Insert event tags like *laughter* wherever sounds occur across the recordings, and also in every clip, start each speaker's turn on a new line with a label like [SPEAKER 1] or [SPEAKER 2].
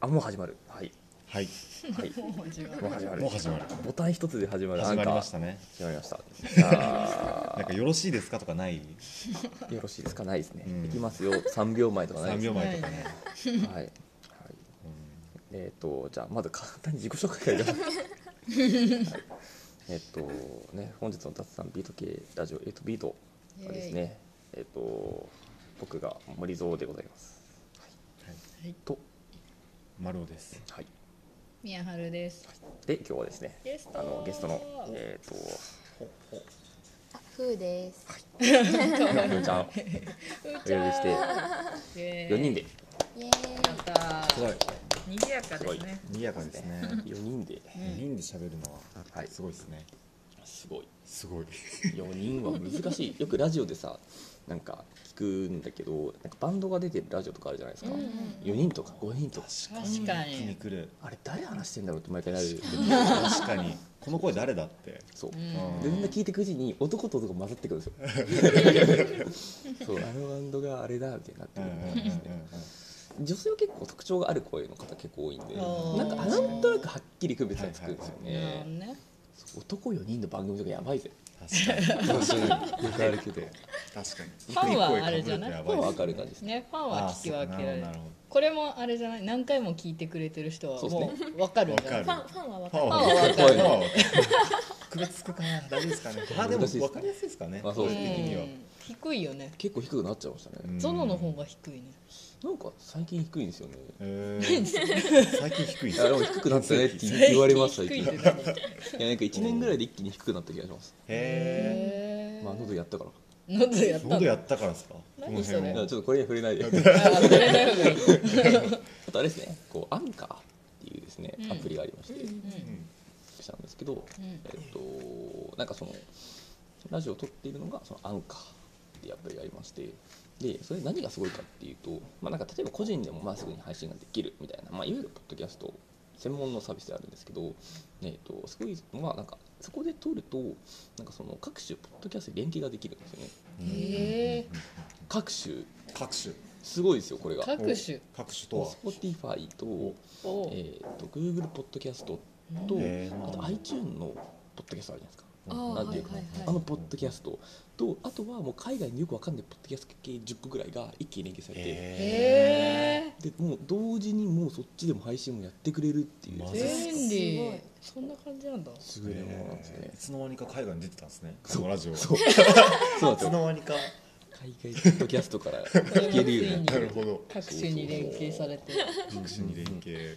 [SPEAKER 1] あもう始まるはい
[SPEAKER 2] はい
[SPEAKER 1] はい
[SPEAKER 3] *laughs* もう始まる
[SPEAKER 1] もう始まる
[SPEAKER 2] もう始まる
[SPEAKER 1] ボタン一つで始まる
[SPEAKER 2] 始まりましたたね
[SPEAKER 1] 始まりました
[SPEAKER 2] *laughs*
[SPEAKER 1] じゃ
[SPEAKER 2] なんかよろしいですかとかない
[SPEAKER 1] あよろしいですかないですね、
[SPEAKER 2] うん
[SPEAKER 1] いきますよ3秒前とかない
[SPEAKER 2] 3
[SPEAKER 1] です
[SPEAKER 2] 秒前とかね
[SPEAKER 1] はい、はい、えっ、とじゃあまず簡単に自己紹介
[SPEAKER 2] *laughs*
[SPEAKER 1] から、はいえっ、とね本日の達さんビート系ラジオ8ビートはですねえっ、と僕が森蔵でございますと
[SPEAKER 2] 丸尾です
[SPEAKER 1] はい
[SPEAKER 3] 宮春です。
[SPEAKER 1] で今日はですね
[SPEAKER 3] ゲスト
[SPEAKER 1] あのゲストのえっ、
[SPEAKER 4] あ、ふうです。
[SPEAKER 1] となおちゃんをお
[SPEAKER 3] う
[SPEAKER 1] 呼びして
[SPEAKER 3] て
[SPEAKER 1] 4人で
[SPEAKER 4] イエ
[SPEAKER 3] やっ
[SPEAKER 4] ー
[SPEAKER 3] た
[SPEAKER 2] すごい
[SPEAKER 3] 賑やかですね。
[SPEAKER 2] 賑やかですね
[SPEAKER 1] 4人で
[SPEAKER 2] 4人で喋るのは
[SPEAKER 1] はい
[SPEAKER 2] すごいですね
[SPEAKER 1] すごい
[SPEAKER 2] すごい
[SPEAKER 1] 4人は難しいよくラジオでさなんか聞くんだけどなんかバンドが出てるラジオとかあるじゃないですか、
[SPEAKER 3] うん
[SPEAKER 1] 4人とか5人とか
[SPEAKER 3] 確か
[SPEAKER 2] 気に
[SPEAKER 3] に。
[SPEAKER 2] く
[SPEAKER 3] *laughs*
[SPEAKER 2] る
[SPEAKER 1] あれ誰話してんだろうって毎回なる
[SPEAKER 2] 確かにこの声誰だって
[SPEAKER 1] そう、
[SPEAKER 3] うん
[SPEAKER 1] でみんな聞いていくうちに男と男混ざってくるんですよそうあのバンドがあれだみたいになって
[SPEAKER 2] う
[SPEAKER 1] く
[SPEAKER 2] んう
[SPEAKER 1] る
[SPEAKER 2] んうんんうん
[SPEAKER 1] ですね女性は結構特徴がある声の方結構多いんで
[SPEAKER 3] あー
[SPEAKER 1] なんかなんとなくはっきり区別がつくんですよね、
[SPEAKER 3] うんね。
[SPEAKER 1] そう男4人の番組とかやばいぜ
[SPEAKER 2] 確かに面
[SPEAKER 1] *laughs*
[SPEAKER 2] 白い
[SPEAKER 1] よくあるけ
[SPEAKER 2] 確か
[SPEAKER 1] ど
[SPEAKER 2] に
[SPEAKER 3] ファンはあれじゃない
[SPEAKER 2] やばい
[SPEAKER 1] 分
[SPEAKER 2] です
[SPEAKER 1] かる感じですね
[SPEAKER 3] ねファンは聞き分けられる
[SPEAKER 2] あーそうなるほどなるほど。
[SPEAKER 3] これもあれじゃない。何回も聞いてくれてる人は
[SPEAKER 1] そうで
[SPEAKER 3] もうわかるんじゃない。
[SPEAKER 4] イ。ファン、ファンはわ
[SPEAKER 2] フ
[SPEAKER 4] か
[SPEAKER 2] ァ
[SPEAKER 4] る
[SPEAKER 2] ン。は分かる *laughs* ファンは分かる区別つくかな大丈夫ですかねあでも分かりやすいですかね
[SPEAKER 1] まあそう
[SPEAKER 2] 声
[SPEAKER 1] で
[SPEAKER 2] 的
[SPEAKER 1] すね
[SPEAKER 2] には
[SPEAKER 3] うん低いよね。
[SPEAKER 1] 結構低くなっちゃいましたね、
[SPEAKER 2] うん
[SPEAKER 3] ゾノの方が低いね。
[SPEAKER 1] なんか最近低いんですよね
[SPEAKER 2] えー最近低いで
[SPEAKER 1] い
[SPEAKER 2] す
[SPEAKER 1] やで
[SPEAKER 2] よ
[SPEAKER 1] も低くなったねって言言われます最
[SPEAKER 3] *laughs* 低
[SPEAKER 1] 近
[SPEAKER 3] い
[SPEAKER 1] い
[SPEAKER 3] っ
[SPEAKER 1] や
[SPEAKER 3] て
[SPEAKER 1] な
[SPEAKER 3] 何へ
[SPEAKER 1] んか1年ぐらいで一気に低くなった気がします、
[SPEAKER 2] へ
[SPEAKER 3] え。
[SPEAKER 1] まあ喉やったからい
[SPEAKER 3] 喉やっ
[SPEAKER 2] え
[SPEAKER 3] たの。
[SPEAKER 2] 喉やったからですか
[SPEAKER 3] 何それ
[SPEAKER 1] やちょっとこれには触れないであ
[SPEAKER 3] あそれだよね
[SPEAKER 1] とあれですねこうアンカーっていうですね
[SPEAKER 3] うん
[SPEAKER 1] アプリがありまして、
[SPEAKER 2] うん
[SPEAKER 1] したんですけど、
[SPEAKER 3] うん
[SPEAKER 1] えっとなんかそのラジオを撮っているのがそのアンカーっていうアプリがありましてでそれ何がすごいかっていうと、まあ、なんか例えば個人でもまあすぐに配信ができるみたいな、まあ、いわゆるポッドキャスト専門のサービスであるんですけど、えっとすごいのはなんかそこで撮るとなんかその各種ポッドキャストに連携ができるんですよね
[SPEAKER 3] へえ。
[SPEAKER 1] 各種
[SPEAKER 2] 各種
[SPEAKER 1] すごいですよこれが
[SPEAKER 3] 各種。
[SPEAKER 2] 各種とは
[SPEAKER 1] Spotify と,、
[SPEAKER 3] おう。
[SPEAKER 1] えっと Google ポッドキャストと
[SPEAKER 2] へー
[SPEAKER 1] あと iTunes のポッドキャストあるじゃないですか
[SPEAKER 4] あー
[SPEAKER 1] なんていうか、
[SPEAKER 4] はいはい
[SPEAKER 1] あのポッドキャストとあとはもう海外のよくわかんないポッドキャスト系10個ぐらいが一気に連携されて、
[SPEAKER 3] へえ。
[SPEAKER 1] でもう同時にもうそっちでも配信もやってくれるっていう
[SPEAKER 2] マジっす
[SPEAKER 3] 便
[SPEAKER 4] す
[SPEAKER 3] 利
[SPEAKER 4] ごい
[SPEAKER 3] そんな感じなんだ
[SPEAKER 1] 優れものなんですね、
[SPEAKER 2] いつの間にか海外に出てたんですねこのラジオい
[SPEAKER 1] そうそうなんで
[SPEAKER 2] つ
[SPEAKER 1] すよ
[SPEAKER 2] の間にか
[SPEAKER 1] 海外ポッドキャストから聞ける
[SPEAKER 2] *laughs*
[SPEAKER 1] ようになって
[SPEAKER 2] なるほど
[SPEAKER 3] 各種に連携されて
[SPEAKER 2] 各種に連携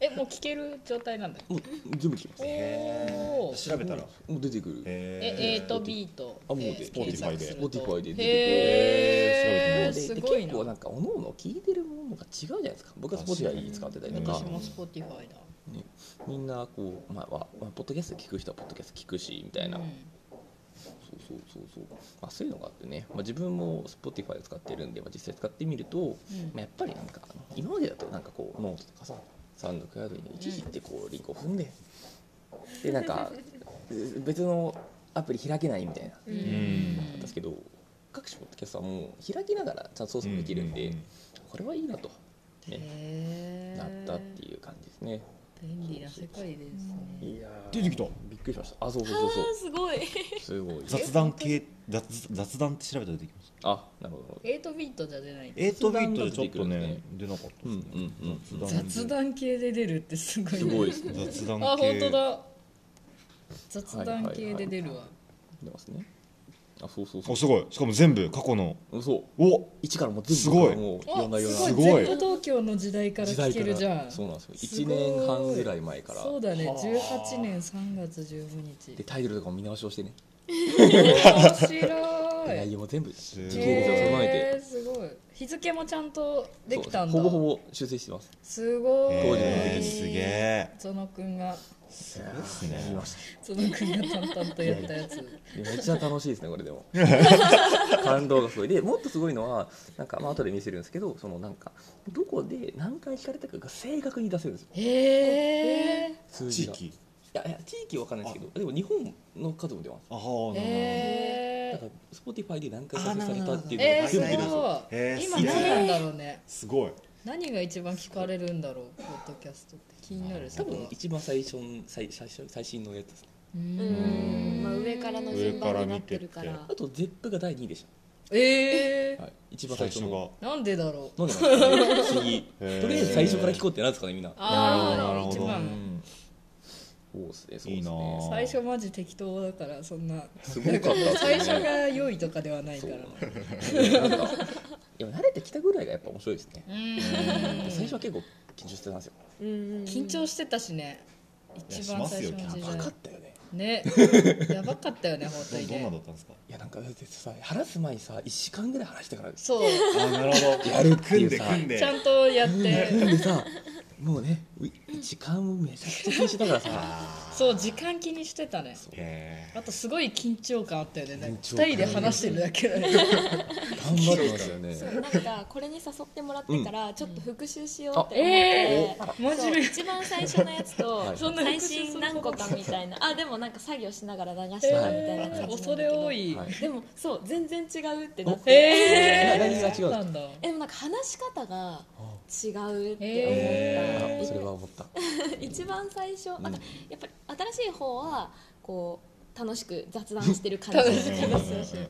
[SPEAKER 3] えもう聞ける状態なんだ
[SPEAKER 1] もう全部聞きます
[SPEAKER 3] おお
[SPEAKER 2] 調べたら
[SPEAKER 1] もう出てくる
[SPEAKER 3] え
[SPEAKER 2] え
[SPEAKER 3] えーとビート
[SPEAKER 1] あもうで
[SPEAKER 3] え検索すると
[SPEAKER 1] Spotify で Spotify で出てくる
[SPEAKER 3] へえ
[SPEAKER 1] でです
[SPEAKER 3] ごい
[SPEAKER 1] 結構な
[SPEAKER 3] なん
[SPEAKER 1] かおのおの聞いてるものが違うじゃないですか僕は
[SPEAKER 2] 確か
[SPEAKER 1] Spotify
[SPEAKER 2] に
[SPEAKER 1] 使ってたりとか
[SPEAKER 3] 私も Spotify だ
[SPEAKER 1] ね、みんなこう、まあわまあ、ポッドキャスト聞く人はポッドキャスト聞くしみたいな、
[SPEAKER 3] うん
[SPEAKER 1] そうそうそうそう、まあ、そういうのがあってね、まあ、自分も Spotify を使ってるんで、まあ、実際使ってみると、まあ、やっぱりなんかあの今までだとなんかこうノートとかさサウンドクラウドに一時ってこうリンクを踏んで、でなんか *laughs* う別のアプリ開けないみたいな
[SPEAKER 3] うん
[SPEAKER 2] ん
[SPEAKER 1] ですけど各種ポッドキャストはもう開きながらちゃんと操作できるんで、これはいいなと、ね
[SPEAKER 3] へえ
[SPEAKER 1] なったっていう感じですね
[SPEAKER 3] 便利な世界ですね
[SPEAKER 1] いや
[SPEAKER 2] 出てきた
[SPEAKER 1] びっくりしましたあそうそうそうそう
[SPEAKER 4] すごい。
[SPEAKER 1] すごい
[SPEAKER 2] 雑談系雑雑談って調べたら出てきました
[SPEAKER 1] あなるほど
[SPEAKER 3] 8ビートじゃ出ない
[SPEAKER 2] エイトビートで
[SPEAKER 1] 雑談が出
[SPEAKER 2] ちょ
[SPEAKER 1] て
[SPEAKER 2] っ
[SPEAKER 1] くる
[SPEAKER 2] と
[SPEAKER 1] んですね
[SPEAKER 2] ね出なかった
[SPEAKER 1] うんうんうん
[SPEAKER 2] です
[SPEAKER 3] 雑談系で出るってすごいね
[SPEAKER 1] すごいですね
[SPEAKER 2] 雑談系
[SPEAKER 3] あ本当だ雑談系で出るわ
[SPEAKER 1] 出ますねあそうそうそ
[SPEAKER 2] お
[SPEAKER 1] う
[SPEAKER 2] すごいしかも全部過去の
[SPEAKER 1] そう
[SPEAKER 2] お
[SPEAKER 1] 一からもう全部
[SPEAKER 2] すごい
[SPEAKER 1] もういろんな
[SPEAKER 3] あ
[SPEAKER 1] ような
[SPEAKER 3] す
[SPEAKER 2] す
[SPEAKER 3] ご
[SPEAKER 2] ご
[SPEAKER 3] い
[SPEAKER 2] い
[SPEAKER 3] 全部東京の時代から聞けるじゃん
[SPEAKER 1] そうなんですよ
[SPEAKER 3] す
[SPEAKER 1] 1
[SPEAKER 3] ごい
[SPEAKER 1] 年半ぐらい前から
[SPEAKER 3] そうだね
[SPEAKER 2] はあ
[SPEAKER 3] 18年3月15日
[SPEAKER 1] でタイトルとかも見直しをしてね
[SPEAKER 3] 面白
[SPEAKER 1] 内
[SPEAKER 3] い
[SPEAKER 1] 容も全部
[SPEAKER 2] ごい
[SPEAKER 1] 時系列を備え
[SPEAKER 3] えー、すごい日付もちゃんと
[SPEAKER 1] て
[SPEAKER 3] できたんだ
[SPEAKER 1] そうほぼほぼ修正してます
[SPEAKER 3] すごい、
[SPEAKER 1] 時の
[SPEAKER 2] えーすげえ
[SPEAKER 3] ゾノくんが
[SPEAKER 1] すごいっ
[SPEAKER 2] すね
[SPEAKER 1] まし
[SPEAKER 3] ゾノくんが淡々とやったや
[SPEAKER 1] た
[SPEAKER 3] つ
[SPEAKER 1] いやめっちゃ楽しいですねこれで *laughs* も感動がすごいでもっとすごいのはなんかまあ後で見せるんですけどそのなんかどこで何回聞かれたかが正確に出せるんですよ
[SPEAKER 3] へえ
[SPEAKER 1] 数
[SPEAKER 2] 地
[SPEAKER 1] 字が
[SPEAKER 2] 域
[SPEAKER 1] いやいや地域わかんないですけどでも日本の数も出ます
[SPEAKER 2] ああ
[SPEAKER 3] ー、え
[SPEAKER 1] だから Spotify で何回再生されたっていう
[SPEAKER 3] ー、
[SPEAKER 1] の
[SPEAKER 3] えー、
[SPEAKER 1] が
[SPEAKER 3] す
[SPEAKER 1] 全
[SPEAKER 3] ご
[SPEAKER 1] 部
[SPEAKER 3] い
[SPEAKER 1] 出るんですよ
[SPEAKER 2] えー
[SPEAKER 3] 今
[SPEAKER 2] す
[SPEAKER 3] 何
[SPEAKER 2] げえ
[SPEAKER 3] なんだろうね
[SPEAKER 2] すごい
[SPEAKER 3] 何が一番聞かれるんだろうポッドキャストって気になる
[SPEAKER 1] 多分一番最初の最最初最新のやつですね
[SPEAKER 3] う
[SPEAKER 4] うんん、まあ、上からの順番になってるから
[SPEAKER 5] 上
[SPEAKER 1] あと ZEP が第2位でし
[SPEAKER 3] え
[SPEAKER 1] た、
[SPEAKER 3] ー
[SPEAKER 1] はい、一番最
[SPEAKER 5] 最
[SPEAKER 1] 初
[SPEAKER 5] 初
[SPEAKER 1] の
[SPEAKER 5] が
[SPEAKER 3] なんでだろう
[SPEAKER 1] なんでなんですかね不思議
[SPEAKER 5] へー
[SPEAKER 1] とりあえず最初から聞こうってなんですかねみんな
[SPEAKER 3] あ
[SPEAKER 5] なる
[SPEAKER 3] あ
[SPEAKER 5] ほど
[SPEAKER 3] 一
[SPEAKER 1] う
[SPEAKER 5] なる
[SPEAKER 3] 番
[SPEAKER 1] んそうですねそう
[SPEAKER 5] い
[SPEAKER 1] で
[SPEAKER 5] い
[SPEAKER 1] す
[SPEAKER 5] な
[SPEAKER 1] ね
[SPEAKER 5] ぁ
[SPEAKER 3] 最初マジ適当だからそん
[SPEAKER 5] *laughs*
[SPEAKER 3] な
[SPEAKER 1] すごかったですね
[SPEAKER 3] 最初が良いとかではない
[SPEAKER 1] そ
[SPEAKER 3] か
[SPEAKER 1] うな
[SPEAKER 3] ら
[SPEAKER 1] んかでも慣れてきたぐらいがやっぱ面白いですね
[SPEAKER 3] うん
[SPEAKER 1] 最初は結構緊張してたんですよ
[SPEAKER 4] うんうんうん
[SPEAKER 3] 緊張してたしね
[SPEAKER 5] いや
[SPEAKER 3] 一番最初
[SPEAKER 5] し
[SPEAKER 3] の
[SPEAKER 5] ます
[SPEAKER 3] 時
[SPEAKER 5] よ
[SPEAKER 3] 代
[SPEAKER 1] 分かったよね
[SPEAKER 5] *laughs*
[SPEAKER 3] ねやばかったよね本当
[SPEAKER 5] ど
[SPEAKER 3] に
[SPEAKER 5] どんなだ
[SPEAKER 3] ね
[SPEAKER 5] ったんですか
[SPEAKER 1] いやなんかだってさ話す前にさ1時間ぐらい話してから
[SPEAKER 3] そう
[SPEAKER 5] あなるほど
[SPEAKER 1] やるってい
[SPEAKER 5] 組ん
[SPEAKER 1] う
[SPEAKER 5] で
[SPEAKER 1] さ
[SPEAKER 5] 組んで
[SPEAKER 3] ちゃんとやって
[SPEAKER 1] でさもうねう時間をめちゃくちゃ気にしてたからさ
[SPEAKER 3] そう時間気にしてたね
[SPEAKER 5] へ
[SPEAKER 3] あとすごい緊張感あったよねなんか
[SPEAKER 1] 緊張
[SPEAKER 3] 2
[SPEAKER 1] 感
[SPEAKER 3] 人で話してるだけだよ
[SPEAKER 5] *laughs*
[SPEAKER 1] 頑張ってましたよね
[SPEAKER 4] そうなんかこれに誘ってもらってからちょっと復習しようって思って、
[SPEAKER 3] あえー
[SPEAKER 4] そう
[SPEAKER 3] 真面目
[SPEAKER 4] 一番最初のやつ
[SPEAKER 1] は
[SPEAKER 4] と
[SPEAKER 1] い
[SPEAKER 3] そんな
[SPEAKER 4] 最
[SPEAKER 3] 復習す
[SPEAKER 4] 新
[SPEAKER 3] る
[SPEAKER 4] 何個かみたいなあでもなんか作業しながら流してたみたいな感じなんだけど
[SPEAKER 3] *laughs* 恐れ多い
[SPEAKER 1] はい
[SPEAKER 4] でもそう全然違うってなっ
[SPEAKER 1] お
[SPEAKER 4] て
[SPEAKER 3] え
[SPEAKER 1] 何が違う
[SPEAKER 3] ーそうなんだ
[SPEAKER 4] えでもなんか話し方が違うって
[SPEAKER 3] へ
[SPEAKER 4] 思
[SPEAKER 1] あ
[SPEAKER 3] ー
[SPEAKER 4] った
[SPEAKER 1] それは思った
[SPEAKER 4] *laughs* 一番最初あ
[SPEAKER 1] ん
[SPEAKER 4] とやっぱり新しい方はこう楽しく雑談してる感じ
[SPEAKER 3] 楽しく
[SPEAKER 5] ー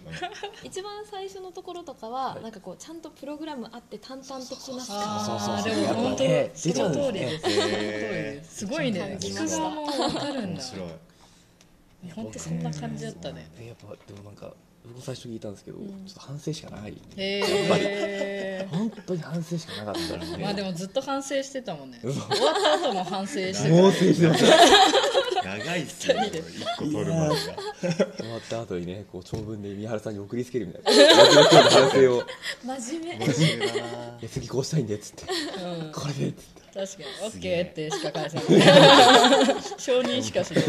[SPEAKER 4] 一番最初のところとかはなんかこうちゃんとプログラムあって淡々的な
[SPEAKER 1] そうそう
[SPEAKER 3] あ
[SPEAKER 1] そ
[SPEAKER 3] ー
[SPEAKER 1] う
[SPEAKER 3] でも本当
[SPEAKER 1] やっぱ
[SPEAKER 3] その通りですその通り
[SPEAKER 5] へ
[SPEAKER 3] ですすごいね
[SPEAKER 4] 感じ
[SPEAKER 3] 聞
[SPEAKER 4] ま
[SPEAKER 3] く
[SPEAKER 4] した
[SPEAKER 3] 側も分かるん
[SPEAKER 5] 面
[SPEAKER 3] だ
[SPEAKER 5] 白い
[SPEAKER 3] 本当そんな感じだったね
[SPEAKER 1] えやっぱでもなんか僕も最初聞いたんですけど、ちょっと反省しかない
[SPEAKER 3] へえ
[SPEAKER 1] 本当に反省しかなかったです
[SPEAKER 3] *laughs*
[SPEAKER 1] ね
[SPEAKER 3] まあでもずっと反省してたもんね
[SPEAKER 1] 嘘
[SPEAKER 3] 終わった後も反省して
[SPEAKER 1] 猛省してました
[SPEAKER 5] 長いっすよね一個取るまでが
[SPEAKER 1] 終わった後にねこう長文で宮原さんに送りつけるみたいな *laughs* 僕の今日の反 *laughs* 省を
[SPEAKER 4] 真面目
[SPEAKER 5] 面白いだな
[SPEAKER 1] 「え次こうしたいんで」っつって
[SPEAKER 3] たう
[SPEAKER 1] 「
[SPEAKER 3] ん
[SPEAKER 1] これで」っつ *laughs* って
[SPEAKER 3] 確かに「オ
[SPEAKER 5] すげ
[SPEAKER 3] ッケ
[SPEAKER 5] え
[SPEAKER 3] ーってしか返さない承認しかしな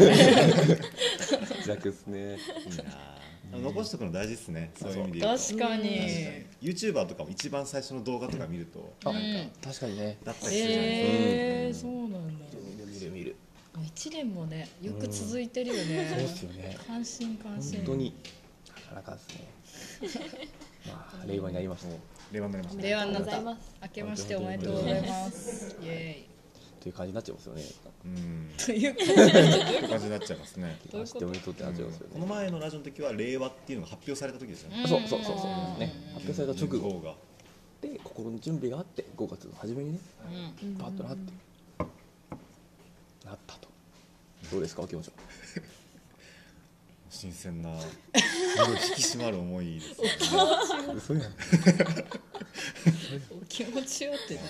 [SPEAKER 3] い
[SPEAKER 1] 楽っすね
[SPEAKER 5] いいなあ残しとくの大事ですねそういう意味で言うと
[SPEAKER 3] 確かに
[SPEAKER 5] ユーチューバーとかも一番最初の動画とか見ると
[SPEAKER 1] あ
[SPEAKER 3] うん
[SPEAKER 1] 確かにね
[SPEAKER 5] だったりするじゃないですか
[SPEAKER 3] えー、そうなんだ
[SPEAKER 1] 見る見る見る
[SPEAKER 3] もう一年もねよく続いてるよね
[SPEAKER 1] そうっすよね
[SPEAKER 3] 関心関
[SPEAKER 1] 本
[SPEAKER 3] 心
[SPEAKER 1] 当になかなかですねまあ令和になりました
[SPEAKER 5] 令和になりました
[SPEAKER 3] 令和になっ
[SPEAKER 4] ござ
[SPEAKER 3] た
[SPEAKER 4] います
[SPEAKER 3] 明けましておめでとうございますイエ
[SPEAKER 1] という感じになっちゃいますよね
[SPEAKER 5] うん
[SPEAKER 3] ーイというか
[SPEAKER 5] そういう感じになっちゃいますね
[SPEAKER 1] 明けましておめでとうってなっちゃいますよ
[SPEAKER 5] この
[SPEAKER 1] ね
[SPEAKER 5] 前のラジオの時は令和っていうのが発表された時ですよね
[SPEAKER 1] そうそうそうそうね発表された直後
[SPEAKER 5] 後が
[SPEAKER 1] で心の準備があって5月の初めにねパッとなってなったとどうですかお気持ちは
[SPEAKER 5] 新鮮な身を引き締まる思いですね
[SPEAKER 1] 嘘やん
[SPEAKER 3] お気持ちよってね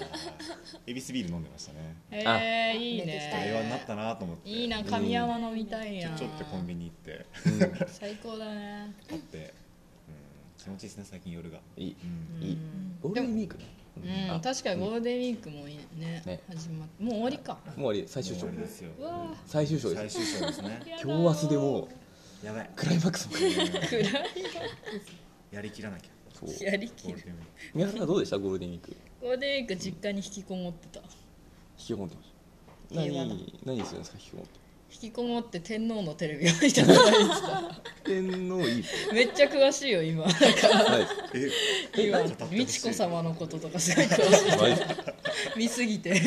[SPEAKER 5] エビスビール飲んでましたね
[SPEAKER 3] えー、いいね
[SPEAKER 4] あ
[SPEAKER 5] 令和になったなと思って
[SPEAKER 3] いいな神山飲みたい
[SPEAKER 5] ちょ
[SPEAKER 3] な
[SPEAKER 5] ちょっとコンビニ行って
[SPEAKER 3] 最高だね
[SPEAKER 5] 買ってうん気持ちいいですね最近夜が
[SPEAKER 1] いい
[SPEAKER 5] うん
[SPEAKER 1] いいゴールデンウィークね
[SPEAKER 3] うん、
[SPEAKER 1] あ
[SPEAKER 3] 確かにゴールデンウィークもいいね
[SPEAKER 1] ね
[SPEAKER 3] 始まってもう終わりか
[SPEAKER 1] もうあれ最終
[SPEAKER 5] 終
[SPEAKER 1] 章
[SPEAKER 5] わりですよ
[SPEAKER 3] うわ
[SPEAKER 1] 最終章で
[SPEAKER 5] 最
[SPEAKER 1] す
[SPEAKER 5] 終章ですね
[SPEAKER 3] ー
[SPEAKER 1] 今日明日でも
[SPEAKER 5] や
[SPEAKER 3] *laughs*
[SPEAKER 5] ばいう
[SPEAKER 1] クライマックスも
[SPEAKER 3] 暗い
[SPEAKER 5] やりきらなきゃ
[SPEAKER 1] そう
[SPEAKER 3] やり
[SPEAKER 5] ゴ
[SPEAKER 3] き
[SPEAKER 5] ー
[SPEAKER 3] る
[SPEAKER 5] ルデンウィーク
[SPEAKER 1] 宮原さんどうでしたゴールデンウィーク引
[SPEAKER 3] ゴールデンウィーク実家に引きこもってた
[SPEAKER 1] きこもってました
[SPEAKER 3] いいわな
[SPEAKER 1] 何何するんですか引きこもっ
[SPEAKER 3] 引きこもって天皇のテレビを見てた
[SPEAKER 1] て天皇いいっす
[SPEAKER 3] めっちゃ詳しいよ今
[SPEAKER 1] ないっす
[SPEAKER 5] え
[SPEAKER 3] 今
[SPEAKER 5] なんか
[SPEAKER 3] 美智子様のこととかすごい詳し
[SPEAKER 1] ないっす
[SPEAKER 3] い *laughs* 見すぎて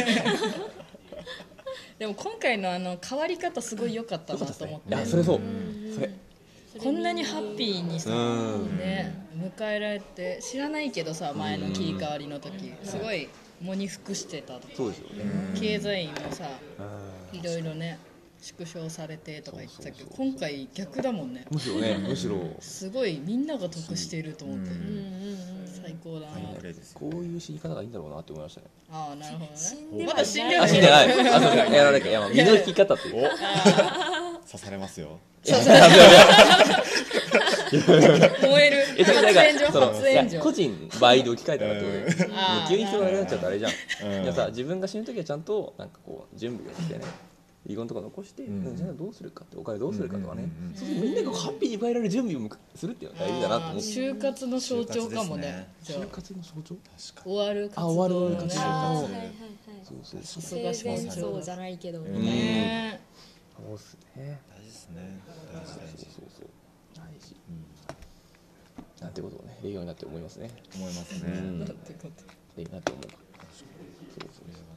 [SPEAKER 3] でも今回のあの変わり方すごい良かったなと思って、
[SPEAKER 1] いやそれそうそれ
[SPEAKER 3] こんなにハッピーにさ、
[SPEAKER 1] うん
[SPEAKER 3] ね、迎えられて知らないけどさ前の切り替わりの時すごい喪に服してたとか
[SPEAKER 1] そうですよね
[SPEAKER 3] 経済員もさ
[SPEAKER 1] うん
[SPEAKER 3] いろいろね縮小されてとか言ってたけ
[SPEAKER 1] そうそ
[SPEAKER 3] ど
[SPEAKER 1] うそう
[SPEAKER 3] 今回逆だもんね
[SPEAKER 1] むしろねむしろ
[SPEAKER 3] すごいみんなが得していると思って
[SPEAKER 5] うん
[SPEAKER 3] 最高だな
[SPEAKER 5] あれですよ
[SPEAKER 1] こういう死に方がいいんだろうなって思いましたね
[SPEAKER 3] ああなるほど
[SPEAKER 4] 死
[SPEAKER 3] ね
[SPEAKER 4] んで
[SPEAKER 3] ま
[SPEAKER 4] は
[SPEAKER 3] だ死んで
[SPEAKER 1] あ
[SPEAKER 3] は
[SPEAKER 1] 死ん
[SPEAKER 3] ね
[SPEAKER 1] で
[SPEAKER 3] ない
[SPEAKER 1] ないあそうかやられかいやまあ身の引き方っていう
[SPEAKER 5] お刺されますよ
[SPEAKER 1] *laughs* えそれなんか
[SPEAKER 3] 燃える発煙
[SPEAKER 1] *laughs*
[SPEAKER 3] 所
[SPEAKER 1] その
[SPEAKER 3] 発
[SPEAKER 1] い
[SPEAKER 3] 煙
[SPEAKER 1] や個
[SPEAKER 3] 所
[SPEAKER 1] 人場合で置き換えたらってことで
[SPEAKER 3] あー
[SPEAKER 1] 急に人が亡くなっちゃうとあれじゃん
[SPEAKER 5] うん
[SPEAKER 1] いやさ自分が死ぬ時はちゃんとなんかこう準備をしてね遺言とか残して、
[SPEAKER 5] ん
[SPEAKER 1] じゃあどうするかってお金どうするかとかね、
[SPEAKER 5] うんうんうん
[SPEAKER 1] そうするとみんながハッピーに迎えられる準備をするっていうのが大事だなと思
[SPEAKER 3] あ
[SPEAKER 1] っ
[SPEAKER 3] ー
[SPEAKER 1] て
[SPEAKER 3] 就活の象徴かもねじゃあ
[SPEAKER 1] 就活の象徴
[SPEAKER 5] 確か
[SPEAKER 3] 終わる活
[SPEAKER 1] あ終わ
[SPEAKER 3] 動
[SPEAKER 1] る
[SPEAKER 3] の
[SPEAKER 1] 活動
[SPEAKER 4] あー
[SPEAKER 3] ね
[SPEAKER 4] はいはいはい
[SPEAKER 1] そうそうそう
[SPEAKER 3] さすが
[SPEAKER 4] 生
[SPEAKER 3] しま
[SPEAKER 4] 前
[SPEAKER 3] す
[SPEAKER 4] 葬じゃないけどみたいな
[SPEAKER 3] ね
[SPEAKER 1] そうっすね
[SPEAKER 5] 大事ですね大事大
[SPEAKER 1] そう
[SPEAKER 5] 事
[SPEAKER 1] そうそう大事、なんてことをね令和になって思いますね
[SPEAKER 5] 思います
[SPEAKER 1] う
[SPEAKER 5] ね
[SPEAKER 1] ん
[SPEAKER 3] な
[SPEAKER 1] 令和
[SPEAKER 3] んてこと
[SPEAKER 1] になって思うそうそうそう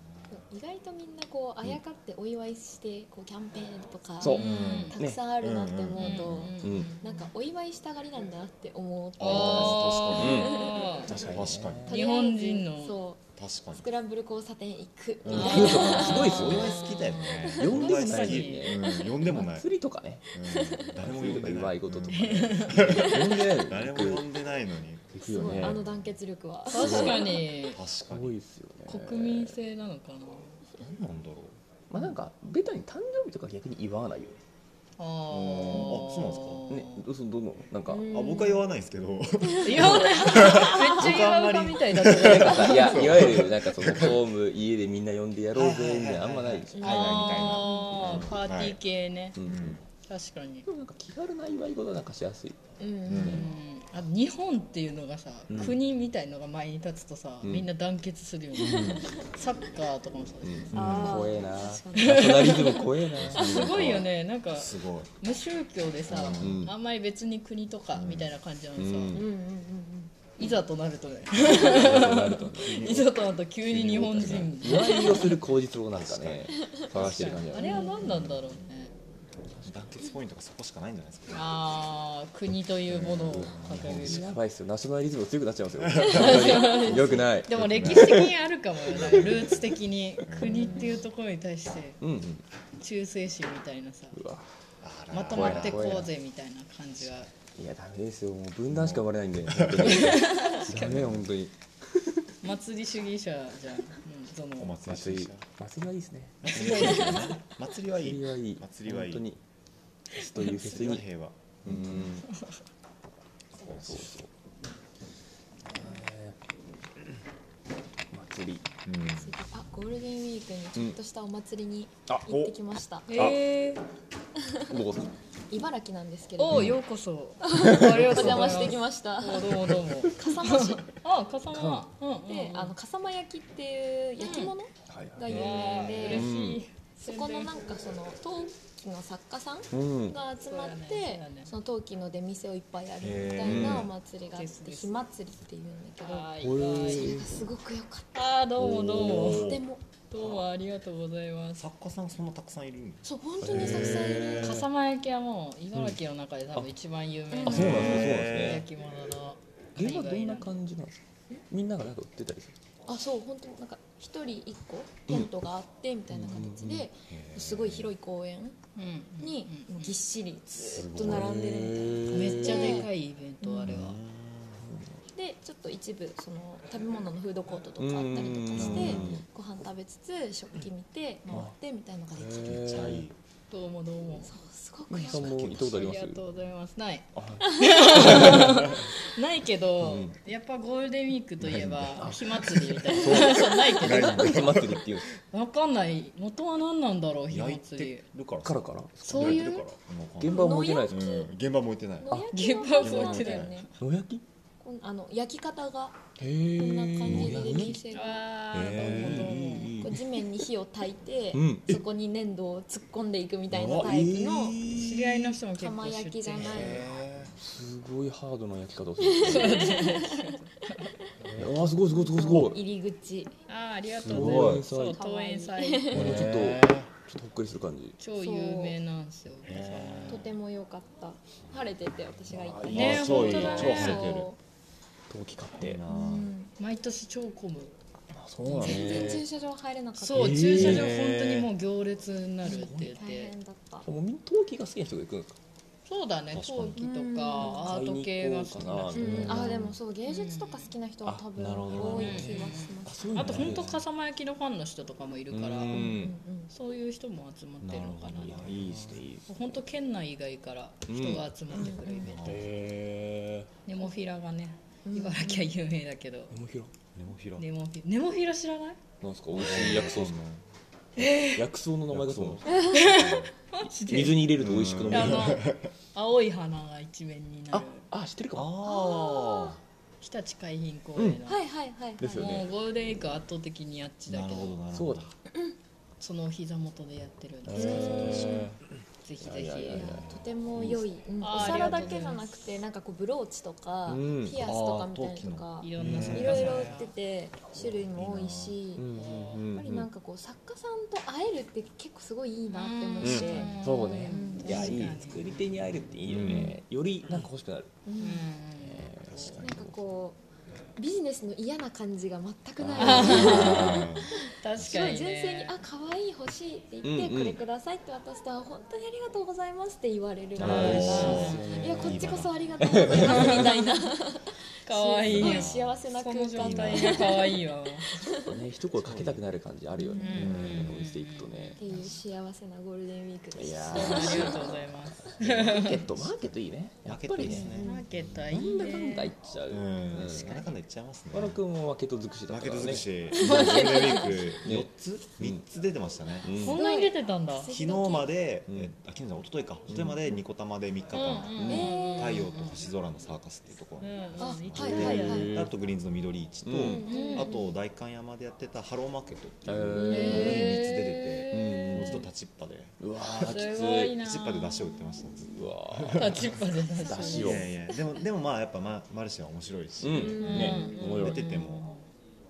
[SPEAKER 4] 意外とみんなこうあやかってお祝いしてこうキャンペーンとか
[SPEAKER 1] そう
[SPEAKER 3] うん
[SPEAKER 4] たくさんあるなって思うと、
[SPEAKER 1] ん
[SPEAKER 4] なんかお祝いしたがりなんだなって思う
[SPEAKER 3] あー
[SPEAKER 2] 確かに
[SPEAKER 5] 確かに
[SPEAKER 4] と
[SPEAKER 3] 日
[SPEAKER 4] りあえず
[SPEAKER 3] 本人の
[SPEAKER 4] そう
[SPEAKER 5] 確かに
[SPEAKER 4] スクランブル交差点行くみたいな、
[SPEAKER 1] うんそうそうすごいですよ
[SPEAKER 5] お
[SPEAKER 1] ね
[SPEAKER 5] 祝い好きだよね
[SPEAKER 1] 呼んでもない
[SPEAKER 5] うん呼んでもない
[SPEAKER 1] 釣りとかね
[SPEAKER 5] うん誰も呼んでな
[SPEAKER 1] 祝
[SPEAKER 5] い
[SPEAKER 1] い事とか
[SPEAKER 5] うん
[SPEAKER 1] ね呼んでないのに行
[SPEAKER 5] 誰も
[SPEAKER 1] く
[SPEAKER 5] 呼んでないのに
[SPEAKER 1] 行く
[SPEAKER 4] す
[SPEAKER 1] よ
[SPEAKER 4] ごい
[SPEAKER 1] ね
[SPEAKER 4] あの団結力は
[SPEAKER 3] 確かに
[SPEAKER 5] 確
[SPEAKER 1] す
[SPEAKER 5] か
[SPEAKER 1] ごい
[SPEAKER 5] に
[SPEAKER 1] ですよね
[SPEAKER 3] 国民性なのかな
[SPEAKER 5] 何なんだろう
[SPEAKER 1] まあなんかベタに誕生日とか逆に祝わないよ
[SPEAKER 3] あ
[SPEAKER 5] あそう
[SPEAKER 1] ねねどうすんどうぞなんか
[SPEAKER 4] うん
[SPEAKER 5] あ僕は言わないんですけど
[SPEAKER 3] なんですかいやめっちゃ岩岡みたいだったじゃないか
[SPEAKER 1] いやいわゆるなんかそのホーム家でみんな呼んでやろうぜみたいなあんまないでしょ
[SPEAKER 5] 海外みたいな
[SPEAKER 3] あーパーティー系ね、
[SPEAKER 1] う
[SPEAKER 5] うんん
[SPEAKER 3] 確かに
[SPEAKER 1] でもなんか気軽な祝い事なんかしやすい
[SPEAKER 4] うん
[SPEAKER 3] うんあ日本っていうのがさ、
[SPEAKER 1] うん
[SPEAKER 3] 国みたいのが前に立つとさ、
[SPEAKER 1] うん
[SPEAKER 3] みんな団結するよね、サッカーとかもそう
[SPEAKER 1] う
[SPEAKER 3] だし、
[SPEAKER 1] ん
[SPEAKER 4] あー
[SPEAKER 1] 怖えなナシ
[SPEAKER 4] 確かに
[SPEAKER 1] ョナリズム怖えな
[SPEAKER 3] すごいよねなんか
[SPEAKER 5] すごい
[SPEAKER 3] 無宗教でさ、
[SPEAKER 1] うん
[SPEAKER 3] あんまり別に国とかみたいな感じなのさ、
[SPEAKER 1] うん
[SPEAKER 4] うんうんうん
[SPEAKER 3] いざとなるとね
[SPEAKER 1] そうなるとね
[SPEAKER 3] いざとなると急に日本人
[SPEAKER 1] 祝いをする口実をなんかね探してる感じ
[SPEAKER 3] あ
[SPEAKER 1] だ
[SPEAKER 3] れ
[SPEAKER 1] ね
[SPEAKER 3] は何なんだろうね
[SPEAKER 5] 団結ポイントがそこしかないんじゃないですか
[SPEAKER 3] あー国というものを掲げる
[SPEAKER 1] やばいっすよナショナリズム強くなっちゃいます *laughs* よ本当によくない
[SPEAKER 3] でも歴史的にあるかもよなんかルーツ的に国っていうところに対して
[SPEAKER 1] うんうん
[SPEAKER 3] 忠誠心みたいなさ
[SPEAKER 1] うわ
[SPEAKER 5] あら
[SPEAKER 3] まとまってこうぜみたいな感じが
[SPEAKER 1] いやダメですよもう分断しか生まれないんで本当にダメよ本当に
[SPEAKER 3] 祭り主義者じゃん、うん、そ
[SPEAKER 5] お
[SPEAKER 3] の
[SPEAKER 5] 祭
[SPEAKER 1] 祭
[SPEAKER 5] りし
[SPEAKER 1] り
[SPEAKER 5] ま
[SPEAKER 1] 祭りはいいですね
[SPEAKER 5] 祭りはいいよね
[SPEAKER 1] 祭り
[SPEAKER 5] 祭りはいい
[SPEAKER 1] はいい
[SPEAKER 5] 祭りはい
[SPEAKER 1] 本
[SPEAKER 5] い
[SPEAKER 1] 当にフェスというフェス
[SPEAKER 5] 祭りは
[SPEAKER 1] に
[SPEAKER 5] 平和
[SPEAKER 1] うんそうそうえー祭り
[SPEAKER 5] うん
[SPEAKER 4] 次あゴールデンウィークにちょっとしたお祭りに
[SPEAKER 1] あ
[SPEAKER 4] 行ってきました、
[SPEAKER 3] えー、
[SPEAKER 1] どこですか
[SPEAKER 4] 茨城なんですけれど
[SPEAKER 3] お
[SPEAKER 4] も
[SPEAKER 3] うようこそあり
[SPEAKER 4] お
[SPEAKER 3] がとうござい
[SPEAKER 4] 邪魔
[SPEAKER 3] ま
[SPEAKER 4] し
[SPEAKER 3] す
[SPEAKER 4] てきました
[SPEAKER 3] おうどうもどうも
[SPEAKER 4] 笠間市
[SPEAKER 3] あ笠間うんうん
[SPEAKER 4] であの笠間焼きっていう焼き物
[SPEAKER 1] はい
[SPEAKER 4] が
[SPEAKER 1] はい
[SPEAKER 4] 有
[SPEAKER 3] わ
[SPEAKER 4] 名
[SPEAKER 3] あ
[SPEAKER 4] で、
[SPEAKER 3] 嬉しい
[SPEAKER 4] そこのなんかその陶器の作家さん
[SPEAKER 1] うん
[SPEAKER 4] が集
[SPEAKER 3] そ
[SPEAKER 4] まっ
[SPEAKER 3] うやね
[SPEAKER 4] て
[SPEAKER 3] そうやね
[SPEAKER 4] その陶器の出店をいっぱいやるみたい
[SPEAKER 1] へー
[SPEAKER 4] なお祭りがあっ
[SPEAKER 3] です
[SPEAKER 4] て
[SPEAKER 3] です
[SPEAKER 4] 火祭りっていうんだけど
[SPEAKER 3] は
[SPEAKER 1] おい
[SPEAKER 3] い
[SPEAKER 4] それがすごく良かっ
[SPEAKER 3] あーどうもどう
[SPEAKER 5] お
[SPEAKER 3] も
[SPEAKER 5] ー
[SPEAKER 4] たとても
[SPEAKER 3] どうもありがとうございます
[SPEAKER 5] 作家さんそんなたくさんいるん
[SPEAKER 4] そう本当にたくさんい
[SPEAKER 5] へ
[SPEAKER 4] る
[SPEAKER 5] ー
[SPEAKER 3] 笠間焼きはもう茨城の中で多分一番有名な
[SPEAKER 1] あそうなんですねそうなんですね
[SPEAKER 3] 焼き物の
[SPEAKER 1] 現場どんな感じなんですかみんながなんか売ってたりする
[SPEAKER 4] あそう本当になんか一人一個テントがあってみたいな形
[SPEAKER 1] うんうん
[SPEAKER 4] で、すごい広い公園
[SPEAKER 3] うん
[SPEAKER 4] にぎっしりずっと並んでるみたいな。
[SPEAKER 3] うんめっちゃでかいイベントあれは
[SPEAKER 4] でちょっと一部その食べ物のフードコートとかあったりとかし
[SPEAKER 1] う
[SPEAKER 4] て
[SPEAKER 1] ん
[SPEAKER 4] ご飯食べつつ食器見て回ってみたいのができる
[SPEAKER 5] めっちゃいい
[SPEAKER 3] どうもどうも
[SPEAKER 4] そうすごくよ
[SPEAKER 1] さん
[SPEAKER 4] く
[SPEAKER 1] も行ったことありま
[SPEAKER 3] あ
[SPEAKER 1] す
[SPEAKER 3] りがとうございますない
[SPEAKER 1] あ
[SPEAKER 3] ないけど、
[SPEAKER 1] うん
[SPEAKER 3] やっぱゴールデンウィークとい
[SPEAKER 1] ない
[SPEAKER 3] え
[SPEAKER 1] ん
[SPEAKER 3] ば火祭りみたいなそう *laughs* ないけど
[SPEAKER 1] 火祭りっていう
[SPEAKER 3] わかんない元は何なんだろう火
[SPEAKER 5] 焼い
[SPEAKER 3] 祭り
[SPEAKER 5] てるから
[SPEAKER 1] からから
[SPEAKER 3] そういう
[SPEAKER 5] 焼てるから
[SPEAKER 1] 現場は燃えてないですか
[SPEAKER 5] うん現場燃えてない
[SPEAKER 4] 野焼きのやつなんだよ
[SPEAKER 5] あ現場
[SPEAKER 4] ね
[SPEAKER 1] 野焼き
[SPEAKER 4] こんあの焼き方が
[SPEAKER 1] へ
[SPEAKER 4] こんな
[SPEAKER 1] え
[SPEAKER 4] 感じで出店が
[SPEAKER 3] あ
[SPEAKER 5] へ
[SPEAKER 3] ーどうもどうも、
[SPEAKER 5] ー
[SPEAKER 4] こう地面に火を焚いて
[SPEAKER 1] うん
[SPEAKER 4] そこに粘土を突っ込んでいくみたいなタイプの
[SPEAKER 3] 知り合いの人も結構
[SPEAKER 4] 釜
[SPEAKER 3] 出
[SPEAKER 4] 焼
[SPEAKER 3] 店
[SPEAKER 4] き
[SPEAKER 3] し
[SPEAKER 4] じ
[SPEAKER 3] て
[SPEAKER 4] ゃない
[SPEAKER 1] すごいハードな焼き方をするえーあーすごいすごいすごいすごい
[SPEAKER 4] 入り口
[SPEAKER 3] あーありがとうございます
[SPEAKER 1] すごい
[SPEAKER 3] そう東園祭
[SPEAKER 1] あのちょっとちょっとほっくりする感じ
[SPEAKER 3] 超有名なんですよ
[SPEAKER 4] とても良かった晴れてて私が行った
[SPEAKER 3] ね
[SPEAKER 5] あそういい
[SPEAKER 3] 本
[SPEAKER 5] 超
[SPEAKER 3] 当だね
[SPEAKER 5] 晴れてる
[SPEAKER 1] 陶器買って
[SPEAKER 5] な
[SPEAKER 4] うん
[SPEAKER 3] 毎年超混む
[SPEAKER 1] あそうなん
[SPEAKER 4] 全然
[SPEAKER 1] ね
[SPEAKER 4] 駐車場入れなかった
[SPEAKER 3] そう、
[SPEAKER 1] えー
[SPEAKER 3] 駐車場本当にもう行列になるって言っ
[SPEAKER 4] 大
[SPEAKER 3] て
[SPEAKER 4] 変だった
[SPEAKER 1] もうみんな陶器が好きな人が行くんですか
[SPEAKER 3] そうだね
[SPEAKER 5] 確かに
[SPEAKER 3] 陶器と
[SPEAKER 4] うん
[SPEAKER 3] かアート系が好き
[SPEAKER 1] 買いに行こ
[SPEAKER 3] な
[SPEAKER 1] うかな
[SPEAKER 3] 人
[SPEAKER 4] うん、あでもそう芸術とか好きな人は多分
[SPEAKER 5] うんあなるほど
[SPEAKER 4] 多い気がしま
[SPEAKER 1] あ
[SPEAKER 4] す、
[SPEAKER 1] そういうの
[SPEAKER 3] あと本当
[SPEAKER 1] るんですね
[SPEAKER 3] 笠間焼きのファンの人とかもいるから
[SPEAKER 1] う
[SPEAKER 4] うん
[SPEAKER 1] ん
[SPEAKER 3] そういう人も集まってるのか
[SPEAKER 1] いや
[SPEAKER 3] ない
[SPEAKER 1] いですねいいですね
[SPEAKER 3] 本当県内以外から人が集まってくるイベント
[SPEAKER 1] へ
[SPEAKER 3] ネモフィラがね
[SPEAKER 4] うん
[SPEAKER 3] 茨城は有名だけど
[SPEAKER 1] えネモフィラ
[SPEAKER 5] ネモフィラ
[SPEAKER 3] ネモフィネモフィラ知らない
[SPEAKER 1] なんですか美味しい薬草っすか薬草の名前だと思う
[SPEAKER 3] マジ
[SPEAKER 1] 水に入れると美味しく飲め
[SPEAKER 3] あ
[SPEAKER 1] る
[SPEAKER 3] の青い花が一面にな
[SPEAKER 1] あ
[SPEAKER 3] る
[SPEAKER 1] あ知ってるかも
[SPEAKER 5] あ
[SPEAKER 3] 日立海浜公園の、
[SPEAKER 4] はいはいはいはい
[SPEAKER 1] ですよね
[SPEAKER 3] もうゴールデンウィークは圧倒的にあっち
[SPEAKER 5] あ
[SPEAKER 3] だ
[SPEAKER 5] な
[SPEAKER 3] け
[SPEAKER 5] る
[SPEAKER 3] ど
[SPEAKER 5] ほどなる
[SPEAKER 1] そ
[SPEAKER 5] ほ
[SPEAKER 1] う
[SPEAKER 5] ど
[SPEAKER 1] だ
[SPEAKER 3] そのお膝元でやってるんですけど、
[SPEAKER 1] え
[SPEAKER 3] ぜひぜ
[SPEAKER 1] い
[SPEAKER 3] ひ
[SPEAKER 1] やいやいやいや
[SPEAKER 4] とても良い、うん
[SPEAKER 3] あー
[SPEAKER 4] お皿だ
[SPEAKER 3] あ
[SPEAKER 4] け
[SPEAKER 3] り
[SPEAKER 4] じ
[SPEAKER 3] がとうござ
[SPEAKER 4] ゃ
[SPEAKER 3] いま
[SPEAKER 4] な
[SPEAKER 3] す
[SPEAKER 4] くてなんかこうブローチとか、
[SPEAKER 1] うん
[SPEAKER 4] ピアスとかみたいなのとか
[SPEAKER 3] いろんな作
[SPEAKER 4] い
[SPEAKER 3] 家
[SPEAKER 4] ろ
[SPEAKER 3] さ
[SPEAKER 4] い
[SPEAKER 3] ん
[SPEAKER 4] ろ
[SPEAKER 3] が
[SPEAKER 4] 売ってて種類も多いし、
[SPEAKER 1] うんうんうん
[SPEAKER 4] やっぱりなんかこう作家さんと会えるって結構すごいいいなって思って、
[SPEAKER 1] うんそうね
[SPEAKER 4] うん
[SPEAKER 1] いやいい
[SPEAKER 3] 確かに
[SPEAKER 1] 作り手に会えるっていいよね、よりなんか欲しくなる、
[SPEAKER 4] う
[SPEAKER 3] うん
[SPEAKER 4] ん
[SPEAKER 1] えー
[SPEAKER 4] なんかこうビジネスの嫌な感じが全く
[SPEAKER 3] あ
[SPEAKER 4] な
[SPEAKER 3] 確
[SPEAKER 4] い。すご
[SPEAKER 3] か
[SPEAKER 4] い
[SPEAKER 3] に
[SPEAKER 4] 純粋に
[SPEAKER 3] ね
[SPEAKER 4] 「あ可愛い欲しい」って言って、
[SPEAKER 1] うんうん
[SPEAKER 4] これください」って渡したら「本当にありがとうございます」って言われるの
[SPEAKER 1] あ
[SPEAKER 4] が
[SPEAKER 1] ー嬉しいですよね
[SPEAKER 4] いやこっちこそありがとうございますみたいな
[SPEAKER 1] *laughs*
[SPEAKER 3] かわいい
[SPEAKER 4] すご
[SPEAKER 3] よ
[SPEAKER 4] い幸せな
[SPEAKER 3] こ
[SPEAKER 4] 空
[SPEAKER 3] の
[SPEAKER 4] 間
[SPEAKER 3] 状
[SPEAKER 4] だっ
[SPEAKER 3] 態がかわいいよ
[SPEAKER 1] ね、一声かけたくなる感じあるよね
[SPEAKER 3] うん、
[SPEAKER 1] お店行くとね
[SPEAKER 4] ていう幸せなゴールデンウィークで
[SPEAKER 1] い
[SPEAKER 4] す
[SPEAKER 1] や
[SPEAKER 3] あ
[SPEAKER 1] ー
[SPEAKER 3] りがとうございます
[SPEAKER 1] マーケットマーケットいいねやっぱりね
[SPEAKER 3] マーケットは
[SPEAKER 1] ない
[SPEAKER 3] い
[SPEAKER 1] んだ
[SPEAKER 3] ね
[SPEAKER 1] かんだ行っちゃう、
[SPEAKER 5] うん、
[SPEAKER 1] 確
[SPEAKER 5] なんだかんだ言っちゃいますね。
[SPEAKER 1] 和田君もマーケット尽くしだ
[SPEAKER 5] マ
[SPEAKER 1] っ
[SPEAKER 5] ー
[SPEAKER 1] た
[SPEAKER 5] ケ
[SPEAKER 1] から
[SPEAKER 5] ット
[SPEAKER 1] ね
[SPEAKER 5] 尽くし、ゴールデンウィ *laughs* ーク
[SPEAKER 1] ね
[SPEAKER 5] 4つ、3つ出てましたね。
[SPEAKER 1] うん
[SPEAKER 3] こんなに出てたんだ
[SPEAKER 5] 昨日まで、
[SPEAKER 1] うん
[SPEAKER 5] えあ昨日じゃない一昨日か、一昨日までニコタマで3日間、
[SPEAKER 3] うんうん
[SPEAKER 4] えー
[SPEAKER 5] 太陽と星空のサーカスっていうところ
[SPEAKER 3] うん
[SPEAKER 5] に、
[SPEAKER 3] うん行き
[SPEAKER 4] は
[SPEAKER 3] た
[SPEAKER 4] い
[SPEAKER 3] い
[SPEAKER 4] はい
[SPEAKER 1] へ
[SPEAKER 4] は
[SPEAKER 1] ー
[SPEAKER 4] い
[SPEAKER 5] あとグリーンズの緑市と、
[SPEAKER 1] うん
[SPEAKER 4] うん
[SPEAKER 5] あと代官山でやってたハローマーケットって
[SPEAKER 1] え
[SPEAKER 5] いうの
[SPEAKER 1] ー
[SPEAKER 5] に3つ出てて、
[SPEAKER 1] うん
[SPEAKER 5] もうずっと立ちっぱで、
[SPEAKER 1] うわーき
[SPEAKER 3] すごい
[SPEAKER 1] つ
[SPEAKER 3] な
[SPEAKER 5] 立ちっぱで出汁を売ってましたずっ
[SPEAKER 1] いうわ
[SPEAKER 3] タッチっぱで
[SPEAKER 1] ー出
[SPEAKER 3] 出
[SPEAKER 1] 汁
[SPEAKER 5] と。
[SPEAKER 1] を
[SPEAKER 5] いやいやでもでもまあやっぱママルシェは面白いし、
[SPEAKER 1] うん
[SPEAKER 4] ん
[SPEAKER 1] ね
[SPEAKER 3] うん
[SPEAKER 1] 面白
[SPEAKER 5] 出
[SPEAKER 1] い
[SPEAKER 5] てても、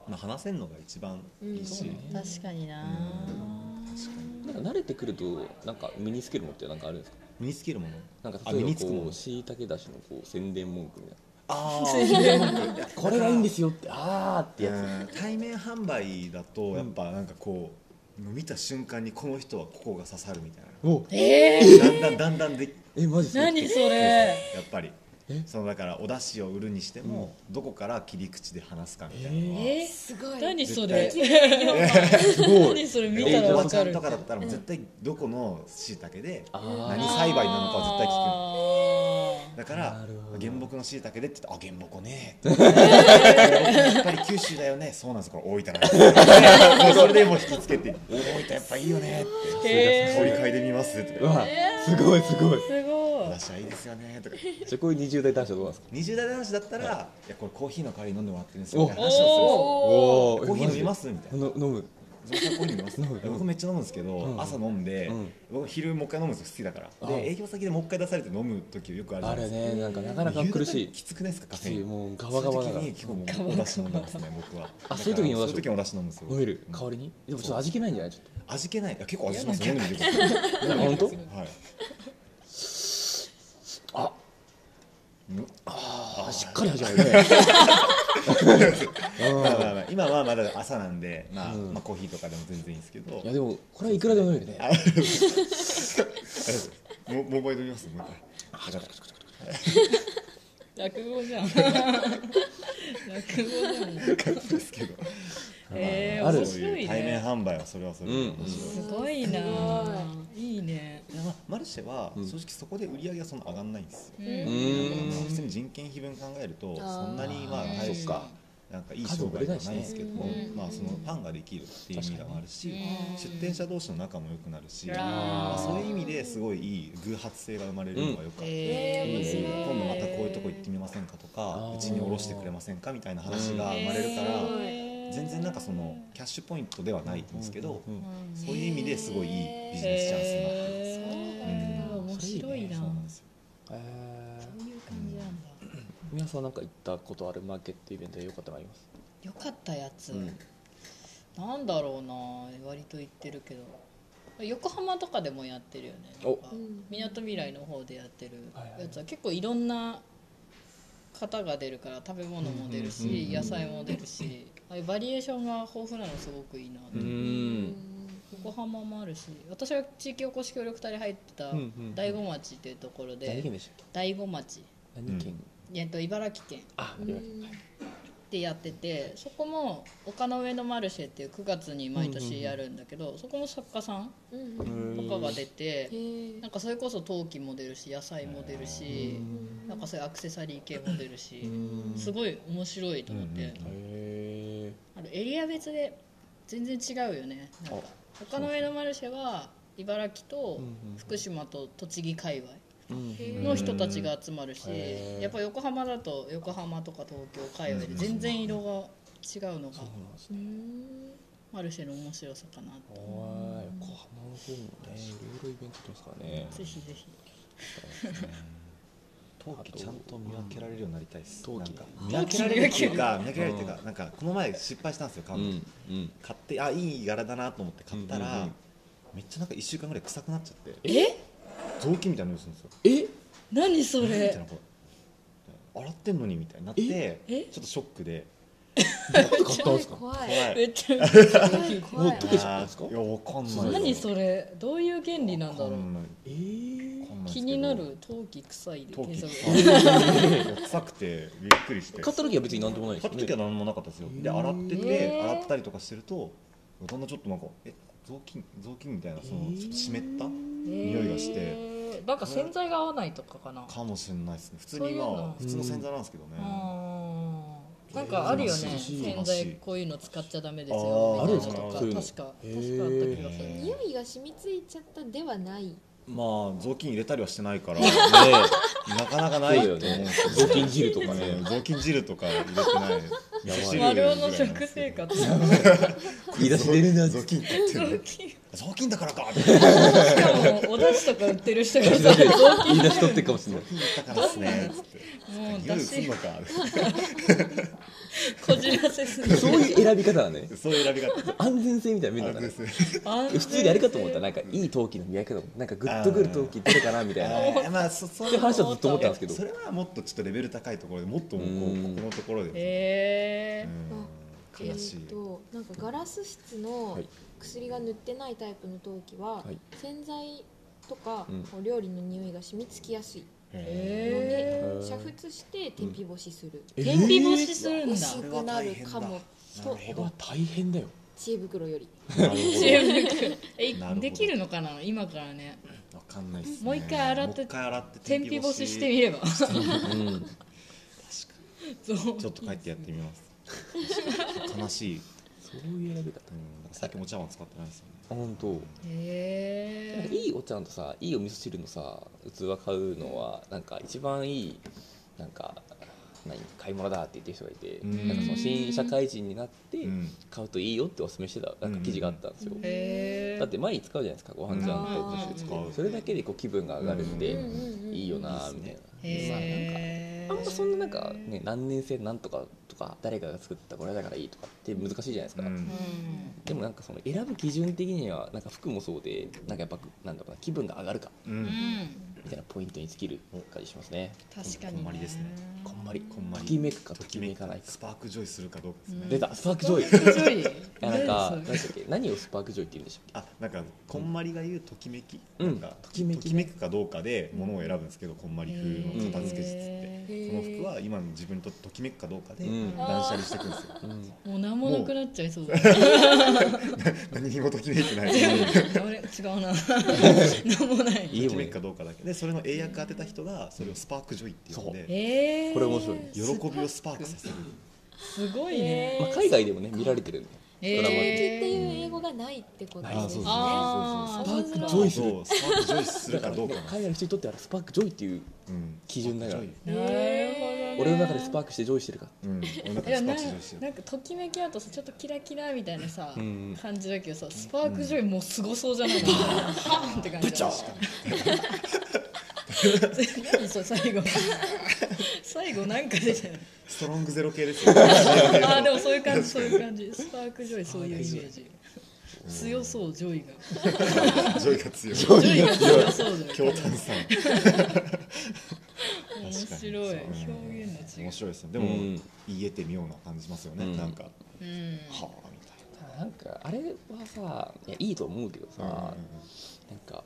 [SPEAKER 5] まあ、話せるのが一番いいし、
[SPEAKER 4] うん
[SPEAKER 3] 確かにな
[SPEAKER 1] なんか慣れてくるとなんか身につけるものってなんかあるんですか
[SPEAKER 5] 身につけるもの
[SPEAKER 1] なんか
[SPEAKER 5] あ
[SPEAKER 1] 例え
[SPEAKER 5] 身
[SPEAKER 1] ば
[SPEAKER 5] につくも
[SPEAKER 1] こ
[SPEAKER 5] の
[SPEAKER 1] うしいたけだしのこう宣伝文句みたい
[SPEAKER 5] あ
[SPEAKER 1] な *laughs* これがいいんですよってあーってやつ
[SPEAKER 5] あ対面販売だとやっぱなんかこう、見た瞬間にこの人はここが刺さるみたいな
[SPEAKER 1] お
[SPEAKER 3] え
[SPEAKER 5] だんだんだんだんで
[SPEAKER 1] えマジっ
[SPEAKER 3] ー
[SPEAKER 1] すか
[SPEAKER 3] 何それ
[SPEAKER 5] やっぱり
[SPEAKER 1] え
[SPEAKER 5] そのだからお出汁を売るにしても、どこから切り口で話すかみたいなのは、
[SPEAKER 3] え
[SPEAKER 4] すごい
[SPEAKER 3] 何それ
[SPEAKER 1] すご
[SPEAKER 3] 何それ見た
[SPEAKER 5] え
[SPEAKER 3] ら
[SPEAKER 5] お
[SPEAKER 3] わ
[SPEAKER 5] ばちゃ
[SPEAKER 3] か
[SPEAKER 5] ん
[SPEAKER 3] る
[SPEAKER 5] とかだったらもう絶対どこのしいたけで
[SPEAKER 1] あ
[SPEAKER 5] 何
[SPEAKER 1] ー
[SPEAKER 5] 栽培なのかは絶対聞くの
[SPEAKER 3] 聞
[SPEAKER 5] だか
[SPEAKER 1] な
[SPEAKER 5] ら
[SPEAKER 1] るほど
[SPEAKER 5] 原木のしいたけでって言ってあ原
[SPEAKER 1] *laughs*
[SPEAKER 5] 木ね原木やっぱり九州だよねそうなんですこれ大分なんですもうそれでもう引きつけて大分やっぱいいよねって
[SPEAKER 3] へー
[SPEAKER 5] 掘り嗅いでみますと
[SPEAKER 1] う
[SPEAKER 5] か
[SPEAKER 1] わすごいすごい
[SPEAKER 3] すごい
[SPEAKER 5] 私はいいですよねとか
[SPEAKER 1] じゃあこういう20代男子はどうなんですか
[SPEAKER 5] 20代男子だったら、い、やこれコーヒーの代わりに飲んでもらってるんですよって話をする
[SPEAKER 3] お
[SPEAKER 1] お
[SPEAKER 5] コーヒー飲みますみたいな
[SPEAKER 1] の飲む
[SPEAKER 5] ゾウさんコーヒー飲みます
[SPEAKER 1] 飲む飲む
[SPEAKER 5] 僕めっちゃ飲むんですけど、
[SPEAKER 1] うん
[SPEAKER 5] 朝飲んで、
[SPEAKER 1] うん
[SPEAKER 5] 僕昼もう一回飲むんですよ好きだから
[SPEAKER 1] あ
[SPEAKER 5] で営業先でもう一回出されて飲む時よくあるじゃ
[SPEAKER 1] あ
[SPEAKER 5] ない
[SPEAKER 1] れ
[SPEAKER 5] ですか
[SPEAKER 1] ねなんかなかなか苦し
[SPEAKER 5] 夕
[SPEAKER 1] い
[SPEAKER 5] 方きつくないですかカフ
[SPEAKER 1] きつ
[SPEAKER 5] ェイ
[SPEAKER 1] い
[SPEAKER 5] ン
[SPEAKER 1] もうガバガバだから
[SPEAKER 5] そういう時に結構もうお出汁飲んでますね僕は
[SPEAKER 1] あそういう時にお出汁
[SPEAKER 5] そういう時にお出汁飲むんですよ
[SPEAKER 1] 飲める代わりにでもちょっと味気ないんじゃないちょっ
[SPEAKER 5] 味気ないいや結構味しますよ飲んでみてくださ
[SPEAKER 1] や
[SPEAKER 5] *laughs* い
[SPEAKER 1] 本当
[SPEAKER 5] はい
[SPEAKER 1] とあ
[SPEAKER 5] うん
[SPEAKER 1] あしっかり始まるね
[SPEAKER 5] まあまあまあ今はまだ朝なんで、まあ
[SPEAKER 1] うん
[SPEAKER 5] まあコーヒーとかでも全然いいんですけど
[SPEAKER 1] いやでもこれはいくらでも飲めるね
[SPEAKER 5] ももう一回飲みますもう一回だから
[SPEAKER 3] 落語
[SPEAKER 5] *laughs*
[SPEAKER 3] じゃん落語じゃん
[SPEAKER 5] かっこいいですけど
[SPEAKER 3] えー、
[SPEAKER 1] ある
[SPEAKER 3] 面
[SPEAKER 5] そう
[SPEAKER 3] 白
[SPEAKER 5] いう
[SPEAKER 3] い
[SPEAKER 5] 対面
[SPEAKER 3] ね
[SPEAKER 5] 販売はそれはそれで面白い、
[SPEAKER 3] すごいなーいいね
[SPEAKER 5] いやまあマルシェは
[SPEAKER 1] うん
[SPEAKER 5] 正直そこで売り上げはそんな上がんないんですよ、
[SPEAKER 3] う
[SPEAKER 1] うん
[SPEAKER 5] まあ
[SPEAKER 1] ー
[SPEAKER 5] 普通
[SPEAKER 1] ん
[SPEAKER 5] に人件費分考えると
[SPEAKER 4] あー
[SPEAKER 5] そんなにまあ
[SPEAKER 3] あー
[SPEAKER 5] 大し
[SPEAKER 1] そっか
[SPEAKER 5] たなんかいい商売ではないんですけど
[SPEAKER 4] 数も
[SPEAKER 5] も、
[SPEAKER 4] 売れないしね
[SPEAKER 5] まあ、そのファンができるっていう意味でもあるし
[SPEAKER 3] うん
[SPEAKER 5] 出店者同士の仲も良くなるし、
[SPEAKER 3] うん
[SPEAKER 5] まあ、そういう意味
[SPEAKER 4] で
[SPEAKER 5] ですごいいい偶発性が生まれるのが良かった、
[SPEAKER 4] えー面白い
[SPEAKER 5] 今度またこういうとこ行ってみませんかと
[SPEAKER 1] あ
[SPEAKER 5] か
[SPEAKER 1] ー
[SPEAKER 5] うちに卸してくれませんかみたいな話が生まれるから、全然なんかそのキャッシュポイントではないんですけど、
[SPEAKER 1] うんうん
[SPEAKER 5] そういう意味ですごいいいビジネスチャンスになってます。
[SPEAKER 3] えー、面白いな
[SPEAKER 5] そうなんですよ
[SPEAKER 1] えー
[SPEAKER 3] そういう感じなんだ
[SPEAKER 1] 皆さんなんか行ったことあるマーケットイベントで良かったのあります
[SPEAKER 3] よかったやつ、
[SPEAKER 1] うん
[SPEAKER 3] なんだろうな割と言ってるけど横浜とかでもやってるよね
[SPEAKER 1] お
[SPEAKER 3] みなとみらいの方でやってる
[SPEAKER 1] はいはい
[SPEAKER 3] やつは結構いろんな方が出るから食べ物も
[SPEAKER 1] うん
[SPEAKER 3] 出る
[SPEAKER 1] うんうん
[SPEAKER 3] し
[SPEAKER 1] うん
[SPEAKER 3] 野菜も出るしああいうバリエーションが豊富なのすごくいいなと、
[SPEAKER 1] うーん
[SPEAKER 3] 横浜もあるし私が地域おこし協力隊に入ってた
[SPEAKER 1] うんうんうん
[SPEAKER 3] 大子町っていうところ
[SPEAKER 1] 何県
[SPEAKER 3] で
[SPEAKER 1] でしたっ
[SPEAKER 3] 大子町
[SPEAKER 1] け何県
[SPEAKER 3] えっと茨城県
[SPEAKER 1] あありました
[SPEAKER 3] でやっててそこも丘の上のマルシェっていう9月に毎年やるんだけど、そこも作家さんとかが出て、なんかそれこそ陶器も出るし野菜も出るし、なんかそういうアクセサリー系も出るし、すごい面白いと思って、
[SPEAKER 5] うんうん
[SPEAKER 1] へ
[SPEAKER 3] あのエリア別で全然違うよねなんか丘の上のマルシェは茨城と
[SPEAKER 1] うんうんうん
[SPEAKER 3] 福島と栃木界隈
[SPEAKER 1] え
[SPEAKER 3] の人たちが集まるし、
[SPEAKER 1] へー
[SPEAKER 3] やっぱ横浜だと横浜とか東京界隈で全然色が違うのが。
[SPEAKER 1] そうなんですね
[SPEAKER 4] うん
[SPEAKER 3] マルシェの面白さかな
[SPEAKER 1] あー横浜の方もねいろいろイベントやってますからね
[SPEAKER 3] とぜひぜひ
[SPEAKER 5] 陶器ちゃんと見分けられるようになりたいです。
[SPEAKER 1] 陶器
[SPEAKER 5] なんか見分けられるっていうか、見分けられるっていうか、なんかこの前失敗したんですよ。買
[SPEAKER 1] う
[SPEAKER 5] うの
[SPEAKER 1] んうん
[SPEAKER 5] 買って、あ、いい柄だなと思って買った
[SPEAKER 1] うんうんう
[SPEAKER 5] ら
[SPEAKER 1] ん、
[SPEAKER 5] めっちゃなんか一週間ぐらい臭くなっちゃって、
[SPEAKER 3] え
[SPEAKER 5] 雑巾みたいな色するんですよ。
[SPEAKER 1] え
[SPEAKER 3] 何そ
[SPEAKER 5] みたい
[SPEAKER 3] れ
[SPEAKER 5] なこう洗ってんのにみたいになって、
[SPEAKER 3] ええ
[SPEAKER 5] ちょっとショックで。
[SPEAKER 1] *laughs* 買ったんですか
[SPEAKER 4] 怖い
[SPEAKER 5] 怖
[SPEAKER 3] め
[SPEAKER 5] い。
[SPEAKER 3] っちゃ面白い
[SPEAKER 4] 怖い怖い
[SPEAKER 1] もう溶けちゃったんですか
[SPEAKER 5] いや、わかんない。
[SPEAKER 3] 何それどういう原理なんだろ
[SPEAKER 5] わ
[SPEAKER 3] う
[SPEAKER 5] かんない
[SPEAKER 1] えー
[SPEAKER 5] わかんないですけど
[SPEAKER 3] 気になる陶器臭いで
[SPEAKER 5] 陶器
[SPEAKER 3] 検索
[SPEAKER 5] 臭くてびっくりして
[SPEAKER 1] 買った時は別に何でもないで
[SPEAKER 5] 買
[SPEAKER 1] す
[SPEAKER 5] っ
[SPEAKER 1] よ
[SPEAKER 5] た時
[SPEAKER 1] ね
[SPEAKER 5] は何もなかったですよで
[SPEAKER 1] へー
[SPEAKER 5] 洗ってて洗ったりとかしてるとだんだんちょっとなんかえ雑巾雑巾みたいなそのちょっと湿った匂いがして
[SPEAKER 3] てなんか洗剤が合わないとかかな
[SPEAKER 5] かもしれないですね普通
[SPEAKER 3] そう
[SPEAKER 5] に
[SPEAKER 3] いう
[SPEAKER 5] ま
[SPEAKER 3] の
[SPEAKER 5] あ普通の洗剤なんですけどね
[SPEAKER 3] あーなんかあるよね
[SPEAKER 5] えー
[SPEAKER 3] 洗剤こういうの使っちゃダメです
[SPEAKER 5] あ
[SPEAKER 3] よ
[SPEAKER 5] ー
[SPEAKER 3] みたいな
[SPEAKER 1] あるん
[SPEAKER 3] の
[SPEAKER 1] で
[SPEAKER 3] と
[SPEAKER 1] す
[SPEAKER 3] か
[SPEAKER 1] かそういう
[SPEAKER 3] 確
[SPEAKER 1] の
[SPEAKER 3] か確かあった気がす
[SPEAKER 5] へ
[SPEAKER 3] る
[SPEAKER 5] ー
[SPEAKER 4] 匂いが染みついちゃったではない
[SPEAKER 5] まあ雑巾入れたりはしてな
[SPEAKER 1] *laughs*
[SPEAKER 5] いからねなかなかないと思うんですけど
[SPEAKER 1] 雑巾汁とかね
[SPEAKER 5] うん雑巾汁とか入れてない味噌汁ぐらい
[SPEAKER 3] 丸
[SPEAKER 5] な
[SPEAKER 3] 尾の
[SPEAKER 5] んですけど
[SPEAKER 3] 食生活
[SPEAKER 1] 言い出し出るな
[SPEAKER 5] 雑巾買ってる雑巾だからかって
[SPEAKER 3] しかもお出汁とか売ってる人が
[SPEAKER 1] 言い
[SPEAKER 3] さ
[SPEAKER 1] 出し言い出し取ってるかもしれない
[SPEAKER 5] だからですねつって
[SPEAKER 3] も
[SPEAKER 5] 匂
[SPEAKER 3] う
[SPEAKER 5] い
[SPEAKER 3] 出
[SPEAKER 5] すん
[SPEAKER 3] 汁
[SPEAKER 5] のか
[SPEAKER 3] こじらせすぎ
[SPEAKER 1] そういう選び方だね
[SPEAKER 5] そういう選び方
[SPEAKER 1] 安全性みたいな面
[SPEAKER 5] あ
[SPEAKER 1] だからね
[SPEAKER 5] です
[SPEAKER 1] 普
[SPEAKER 5] ね
[SPEAKER 1] 通にやるかと思ったら
[SPEAKER 3] な
[SPEAKER 1] なんかいい陶器の見分け方なんかグッとくる陶器どれかなみたいなっ
[SPEAKER 5] あーまあそそ
[SPEAKER 1] て
[SPEAKER 5] れ
[SPEAKER 1] 話はずっと思ったんですけど
[SPEAKER 5] それはもっとちょっとレベル高いところでもっともうこ
[SPEAKER 1] う
[SPEAKER 5] うんここのところで、
[SPEAKER 3] え
[SPEAKER 5] うん悲しい
[SPEAKER 4] え、ーとなんかガラス質の
[SPEAKER 1] はい
[SPEAKER 4] 薬が塗ってないタイプの陶器は、
[SPEAKER 1] はい
[SPEAKER 4] 洗剤とか、
[SPEAKER 1] うん
[SPEAKER 4] お料理の匂いが染みつきやすいの
[SPEAKER 5] へ
[SPEAKER 4] で、
[SPEAKER 3] え
[SPEAKER 1] ー
[SPEAKER 4] 煮沸して天日干しする、
[SPEAKER 3] 天日干しするんだ
[SPEAKER 4] 薄くなるかも
[SPEAKER 5] なるほ
[SPEAKER 4] と
[SPEAKER 1] これは大変だよ
[SPEAKER 4] 知恵袋より
[SPEAKER 5] ーなるほ
[SPEAKER 3] え
[SPEAKER 5] なるほど
[SPEAKER 3] できるのかな今からね
[SPEAKER 5] どわかんないっすね
[SPEAKER 3] *laughs* もう一回洗って
[SPEAKER 5] もう一回洗って
[SPEAKER 3] 天日干ししてみれば
[SPEAKER 1] うん
[SPEAKER 3] そう
[SPEAKER 5] ちょっと帰ってやってみます悲しい、
[SPEAKER 1] そういう選び方
[SPEAKER 5] うん、なんかさっきも茶碗使ってないですよね
[SPEAKER 1] 本当
[SPEAKER 3] へえ
[SPEAKER 1] いいお茶んとさいいお味噌汁のさ器買うのはなんか一番いいなんか何買い物だって言ってる人がいて、
[SPEAKER 5] うん
[SPEAKER 1] なんかその新社会人になって
[SPEAKER 5] うん
[SPEAKER 1] 買うといいよっておすすめしてたなんか記事があったんですよ、
[SPEAKER 3] へー
[SPEAKER 1] だって毎日使うじゃないですかご飯じゃんとお味噌汁
[SPEAKER 5] うん
[SPEAKER 1] ってそれだけでこう気分が上がるんで、
[SPEAKER 5] うん
[SPEAKER 1] いいよなーみたいな、
[SPEAKER 3] へー
[SPEAKER 1] まあなんかあんまそんななんかね何年生なんとかとか誰かが作ったこれだからいいとかって難しいじゃないですか、
[SPEAKER 5] うん
[SPEAKER 3] う
[SPEAKER 1] でもなんかその選ぶ基準的にはなんか服もそうでなんかやっぱなんだろうな気分が上がるか
[SPEAKER 5] うん
[SPEAKER 3] ん、うん、
[SPEAKER 1] みたいなポイントに尽きる感じしますね。
[SPEAKER 3] 確かに、ね、
[SPEAKER 5] こんまりですね
[SPEAKER 1] こんまり、
[SPEAKER 5] こんまり
[SPEAKER 1] ときめくかと
[SPEAKER 5] と
[SPEAKER 1] き
[SPEAKER 5] き
[SPEAKER 1] め
[SPEAKER 5] め
[SPEAKER 1] か
[SPEAKER 5] か
[SPEAKER 1] な
[SPEAKER 5] ないい
[SPEAKER 1] か
[SPEAKER 5] ス。パークジョイするかどうかですね、
[SPEAKER 3] うん
[SPEAKER 1] 出た、スパークジョイ。い
[SPEAKER 3] ョ *laughs* イ
[SPEAKER 1] やなんか、何で
[SPEAKER 3] 何そ
[SPEAKER 1] したっけ、何をスパークジョイって言うんでしたっ
[SPEAKER 5] あなんかこんまりが言うときめき、
[SPEAKER 1] うん
[SPEAKER 5] なんか
[SPEAKER 1] ときめき
[SPEAKER 5] くかどうかでものを選ぶんですけど、こんまり風の片付け術って、
[SPEAKER 3] へ
[SPEAKER 5] その服は今の自分にとってときめくかどうかで
[SPEAKER 1] うん
[SPEAKER 5] 断捨離していくんですよ、
[SPEAKER 1] け。うん、
[SPEAKER 3] もう何もなくなっちゃ
[SPEAKER 1] *laughs*
[SPEAKER 3] いそうだ
[SPEAKER 5] *laughs* 何にもときめいて *laughs* ない
[SPEAKER 3] あれ違
[SPEAKER 1] *laughs*
[SPEAKER 3] うな何もな
[SPEAKER 1] い
[SPEAKER 3] い
[SPEAKER 1] い
[SPEAKER 5] と
[SPEAKER 1] よ
[SPEAKER 5] きめ
[SPEAKER 1] ね
[SPEAKER 5] くか。どうかだけでそれの英訳当てた人がそれをスパークジョイって呼んで
[SPEAKER 3] えー、
[SPEAKER 1] これ面白い
[SPEAKER 5] 喜びをスパークさせる
[SPEAKER 3] すごいね、
[SPEAKER 1] まあ、海外でもね、見られてるんで。
[SPEAKER 3] え
[SPEAKER 1] ドラマ
[SPEAKER 4] 陶器って
[SPEAKER 3] え
[SPEAKER 4] いう英語がないってこと
[SPEAKER 1] ない
[SPEAKER 4] ですね
[SPEAKER 3] あー
[SPEAKER 5] そうそうそう
[SPEAKER 3] スパーク
[SPEAKER 1] ジョイする
[SPEAKER 5] そうスパークジョイするかどうか
[SPEAKER 1] だらね
[SPEAKER 5] なんです
[SPEAKER 1] 海外の人にとってはスパークジョイっていう、
[SPEAKER 5] うん
[SPEAKER 1] 基準だから
[SPEAKER 5] スパーク
[SPEAKER 3] なるほどね
[SPEAKER 1] 俺の中でスパークしてジョイしてるか。
[SPEAKER 5] ジョイうん俺の中で
[SPEAKER 3] いや
[SPEAKER 5] スパー
[SPEAKER 3] なん
[SPEAKER 5] クジョイしてる
[SPEAKER 3] なんかときめきあとさちょっとキラキラみたいなさ、
[SPEAKER 1] うん
[SPEAKER 3] 感じだけどさスパークジョイもうすごそうじゃないのハーンって感じだね何それ
[SPEAKER 1] *laughs*
[SPEAKER 3] 最後最後なんか出てない
[SPEAKER 5] ストロングゼロ系ですよ
[SPEAKER 3] あーでもそういう感じそういう感じスパークジョイそういうイメージ強そうジョイ
[SPEAKER 5] *laughs*
[SPEAKER 3] が
[SPEAKER 5] ジョイが強い
[SPEAKER 3] ジョイが強そうだよ
[SPEAKER 5] 強炭酸
[SPEAKER 3] 面白い表現の違
[SPEAKER 5] 面
[SPEAKER 3] い
[SPEAKER 5] 白いですねで
[SPEAKER 1] う
[SPEAKER 5] も
[SPEAKER 1] ん
[SPEAKER 5] 言えて妙な感じますよね
[SPEAKER 1] うん
[SPEAKER 5] なんかは
[SPEAKER 3] うん
[SPEAKER 5] あみた
[SPEAKER 1] た
[SPEAKER 5] い
[SPEAKER 1] だなんか、あれはさ、いや、いいと思うけどさ、
[SPEAKER 5] な
[SPEAKER 1] なんか、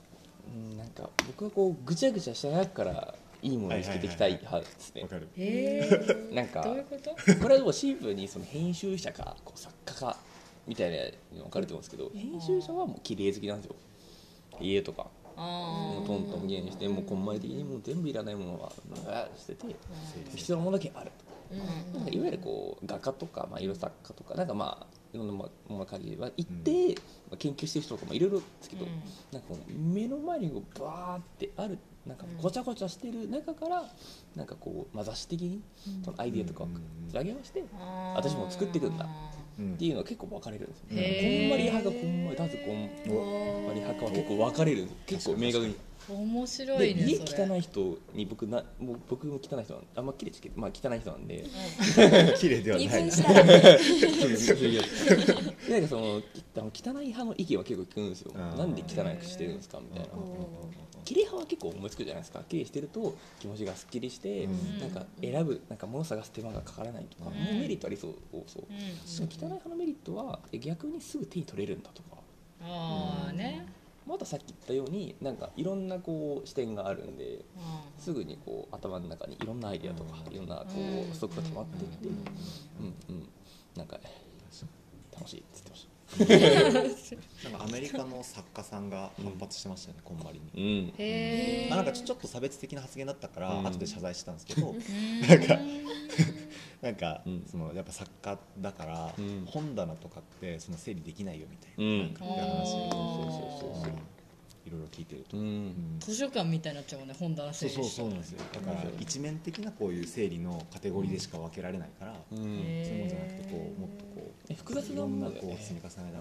[SPEAKER 1] うん、なんか、僕はこう、ぐちゃぐちゃした中から。いいものを見つけていきたい派ですね
[SPEAKER 5] わ。かる
[SPEAKER 3] えー
[SPEAKER 1] なんか。
[SPEAKER 3] どういうこと
[SPEAKER 1] これはでもシンプルにその編集者かこう作家かみたいなの分かれてますけど編集者はもう綺麗好きなんですよ家とか
[SPEAKER 3] あ
[SPEAKER 1] もうトントンゲにしてもうこんまり的にもう全部いらないものはあー捨てて必要なものだけあるとなんかいわゆるこう画家とかまあ色々作家とかなんかまあいろんなものが限りは行って、まあ研究してる人とかもいろいろですけど、なんかこう目の前にこうバーってあるなんかごちゃごちゃしてる中からなんかこうまあ雑誌的にそのアイディアとかを
[SPEAKER 5] うん
[SPEAKER 1] つなげまして、
[SPEAKER 3] あ
[SPEAKER 1] 私も作ってくんだ
[SPEAKER 3] あ
[SPEAKER 5] うん
[SPEAKER 1] っていうのは結構分かれるんですよ、
[SPEAKER 3] へー
[SPEAKER 1] こんまり派がこんまりだずこんまり派かは結構分かれるんですよ結構明確に
[SPEAKER 3] 面白
[SPEAKER 1] で
[SPEAKER 3] いね
[SPEAKER 1] 家
[SPEAKER 3] それ
[SPEAKER 1] 汚い人に僕なもう僕も汚い人なんあんま綺麗ですけどまあ汚い人なん
[SPEAKER 3] *laughs*
[SPEAKER 1] で
[SPEAKER 5] 綺麗では
[SPEAKER 4] 二
[SPEAKER 5] ない
[SPEAKER 4] 分したら
[SPEAKER 1] でなんかそのあの汚い派の意見は結構聞くんですよ
[SPEAKER 5] あー
[SPEAKER 1] なんで汚くしてるんですかみたいな
[SPEAKER 5] うん
[SPEAKER 1] 綺麗派は結構思いつくじゃないですか綺麗してると気持ちがすっきりして、
[SPEAKER 5] うん
[SPEAKER 1] なんか選ぶなんか物探す手間がかからないとか、
[SPEAKER 3] うん
[SPEAKER 1] もうメリットありそうそう
[SPEAKER 3] うん
[SPEAKER 1] しかも汚い派のメリットはえ逆にすぐ手に取れるんだとか
[SPEAKER 3] ああね
[SPEAKER 1] またさっき言ったようになんかいろんなこう視点があるんで
[SPEAKER 3] うん
[SPEAKER 1] すぐにこう頭の中にいろんなアイデアとかいろんなこ
[SPEAKER 3] うん
[SPEAKER 1] うストックが溜まってって、う
[SPEAKER 3] うん
[SPEAKER 1] うん、なんか楽しいって言ってました。
[SPEAKER 5] なんかアメリカの作家さんが反発してましたよね、こんまりに。
[SPEAKER 1] うん
[SPEAKER 3] へえ
[SPEAKER 5] あなんかちょちょっと差別的な発言だったから、
[SPEAKER 1] うん
[SPEAKER 5] 後で謝罪してたんですけど
[SPEAKER 3] なん
[SPEAKER 5] か *laughs* なんか、
[SPEAKER 1] うん
[SPEAKER 5] そのやっぱ作家だから、
[SPEAKER 1] うん
[SPEAKER 5] 本棚とかってその整理できないよみたいな、
[SPEAKER 1] うん
[SPEAKER 5] なんか話
[SPEAKER 3] そ
[SPEAKER 1] そうそう
[SPEAKER 3] う
[SPEAKER 1] そう
[SPEAKER 5] う
[SPEAKER 1] そうん
[SPEAKER 5] いろいろ聞いてると、
[SPEAKER 1] う
[SPEAKER 5] うんん
[SPEAKER 3] 図書館みたいになっちゃうもんね本棚
[SPEAKER 5] そう
[SPEAKER 3] 整理
[SPEAKER 5] そう
[SPEAKER 3] し
[SPEAKER 5] そうなんですよだから
[SPEAKER 1] うん
[SPEAKER 5] 一面的なこういう整理のカテゴリーでしか分けられないから、
[SPEAKER 1] うん
[SPEAKER 5] そういうもんじゃなくてこうもっとこう
[SPEAKER 1] え複雑
[SPEAKER 5] い
[SPEAKER 1] な
[SPEAKER 5] ろん
[SPEAKER 1] も
[SPEAKER 5] な
[SPEAKER 1] のだよ
[SPEAKER 5] こ
[SPEAKER 1] ね
[SPEAKER 5] う積み重ねだか
[SPEAKER 1] うん
[SPEAKER 5] ら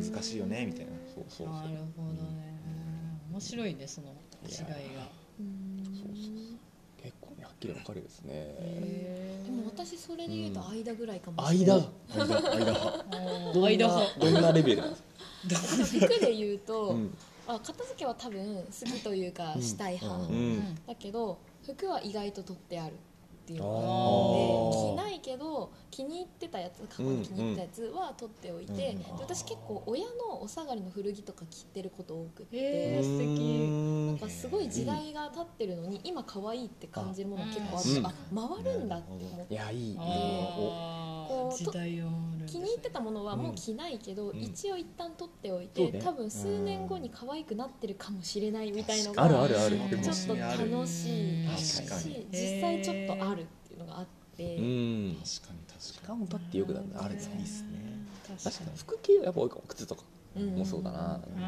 [SPEAKER 5] 整理難しいよねみたいな
[SPEAKER 1] そうそうそう
[SPEAKER 3] なるほどね面白いねその違いが
[SPEAKER 1] 結構ねはっきり分かれるですね
[SPEAKER 3] へ
[SPEAKER 4] でも私それで言うと間ぐらいかもしれない、
[SPEAKER 1] 間
[SPEAKER 5] 間間派
[SPEAKER 3] ー
[SPEAKER 1] どん
[SPEAKER 3] 間
[SPEAKER 1] な
[SPEAKER 3] 派
[SPEAKER 1] どんなレベルなんですか
[SPEAKER 4] 服で言うと、
[SPEAKER 1] うん
[SPEAKER 4] あ片付けは多分好きというか
[SPEAKER 1] うん
[SPEAKER 4] したい派、
[SPEAKER 5] うん
[SPEAKER 3] うん
[SPEAKER 4] だけど服は意外と取ってあるっていうのが
[SPEAKER 1] あー
[SPEAKER 4] で着ないけど気に入ってたやつ過去に気に入ったやつは取っておいて、
[SPEAKER 5] うんうん
[SPEAKER 4] で私結構親のお下がりの古着とか着てること多くて、
[SPEAKER 3] へー素敵
[SPEAKER 4] なんかすごい時代が経ってるのに今可愛いって感じるものが結構あって、あ回るんだって思って
[SPEAKER 1] いやいいね
[SPEAKER 3] あ
[SPEAKER 4] こ
[SPEAKER 3] ー
[SPEAKER 4] う
[SPEAKER 3] 時代を回るんです
[SPEAKER 4] 気
[SPEAKER 3] ね
[SPEAKER 4] に入ってたものはもう着ないけど、
[SPEAKER 1] うん
[SPEAKER 4] 一応一旦取っておい
[SPEAKER 1] そう
[SPEAKER 4] て、
[SPEAKER 1] ね
[SPEAKER 4] 多分数年後に可愛くなってるかもしれないみたいのが
[SPEAKER 1] あるあるある
[SPEAKER 3] うん
[SPEAKER 4] ちょっと楽しい
[SPEAKER 5] 確か
[SPEAKER 4] し
[SPEAKER 5] に
[SPEAKER 4] 実際ちょっとあるっていうのがあって、
[SPEAKER 1] うん
[SPEAKER 5] 確かに確
[SPEAKER 1] 時
[SPEAKER 5] か
[SPEAKER 1] 間を経ってよくなるんだあ
[SPEAKER 5] あ
[SPEAKER 1] れ
[SPEAKER 5] れ
[SPEAKER 1] で
[SPEAKER 5] ですす
[SPEAKER 1] ね
[SPEAKER 5] ねいいっすね
[SPEAKER 3] 確
[SPEAKER 1] 確
[SPEAKER 3] か
[SPEAKER 1] かに服系はやっぱ多いかも靴とか
[SPEAKER 4] うん
[SPEAKER 1] もそうだな
[SPEAKER 3] にう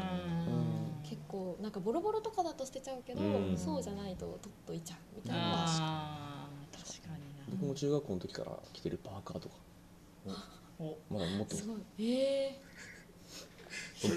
[SPEAKER 3] ん
[SPEAKER 4] 結構なんかボロボロとかだと捨てちゃうけど、
[SPEAKER 1] うん
[SPEAKER 4] そうじゃないと取っといちゃうみたいな
[SPEAKER 3] あー確かに
[SPEAKER 1] 僕も中学校の時から着てるパーカーとか
[SPEAKER 3] なお
[SPEAKER 1] まだ持ってますす
[SPEAKER 4] ごいえ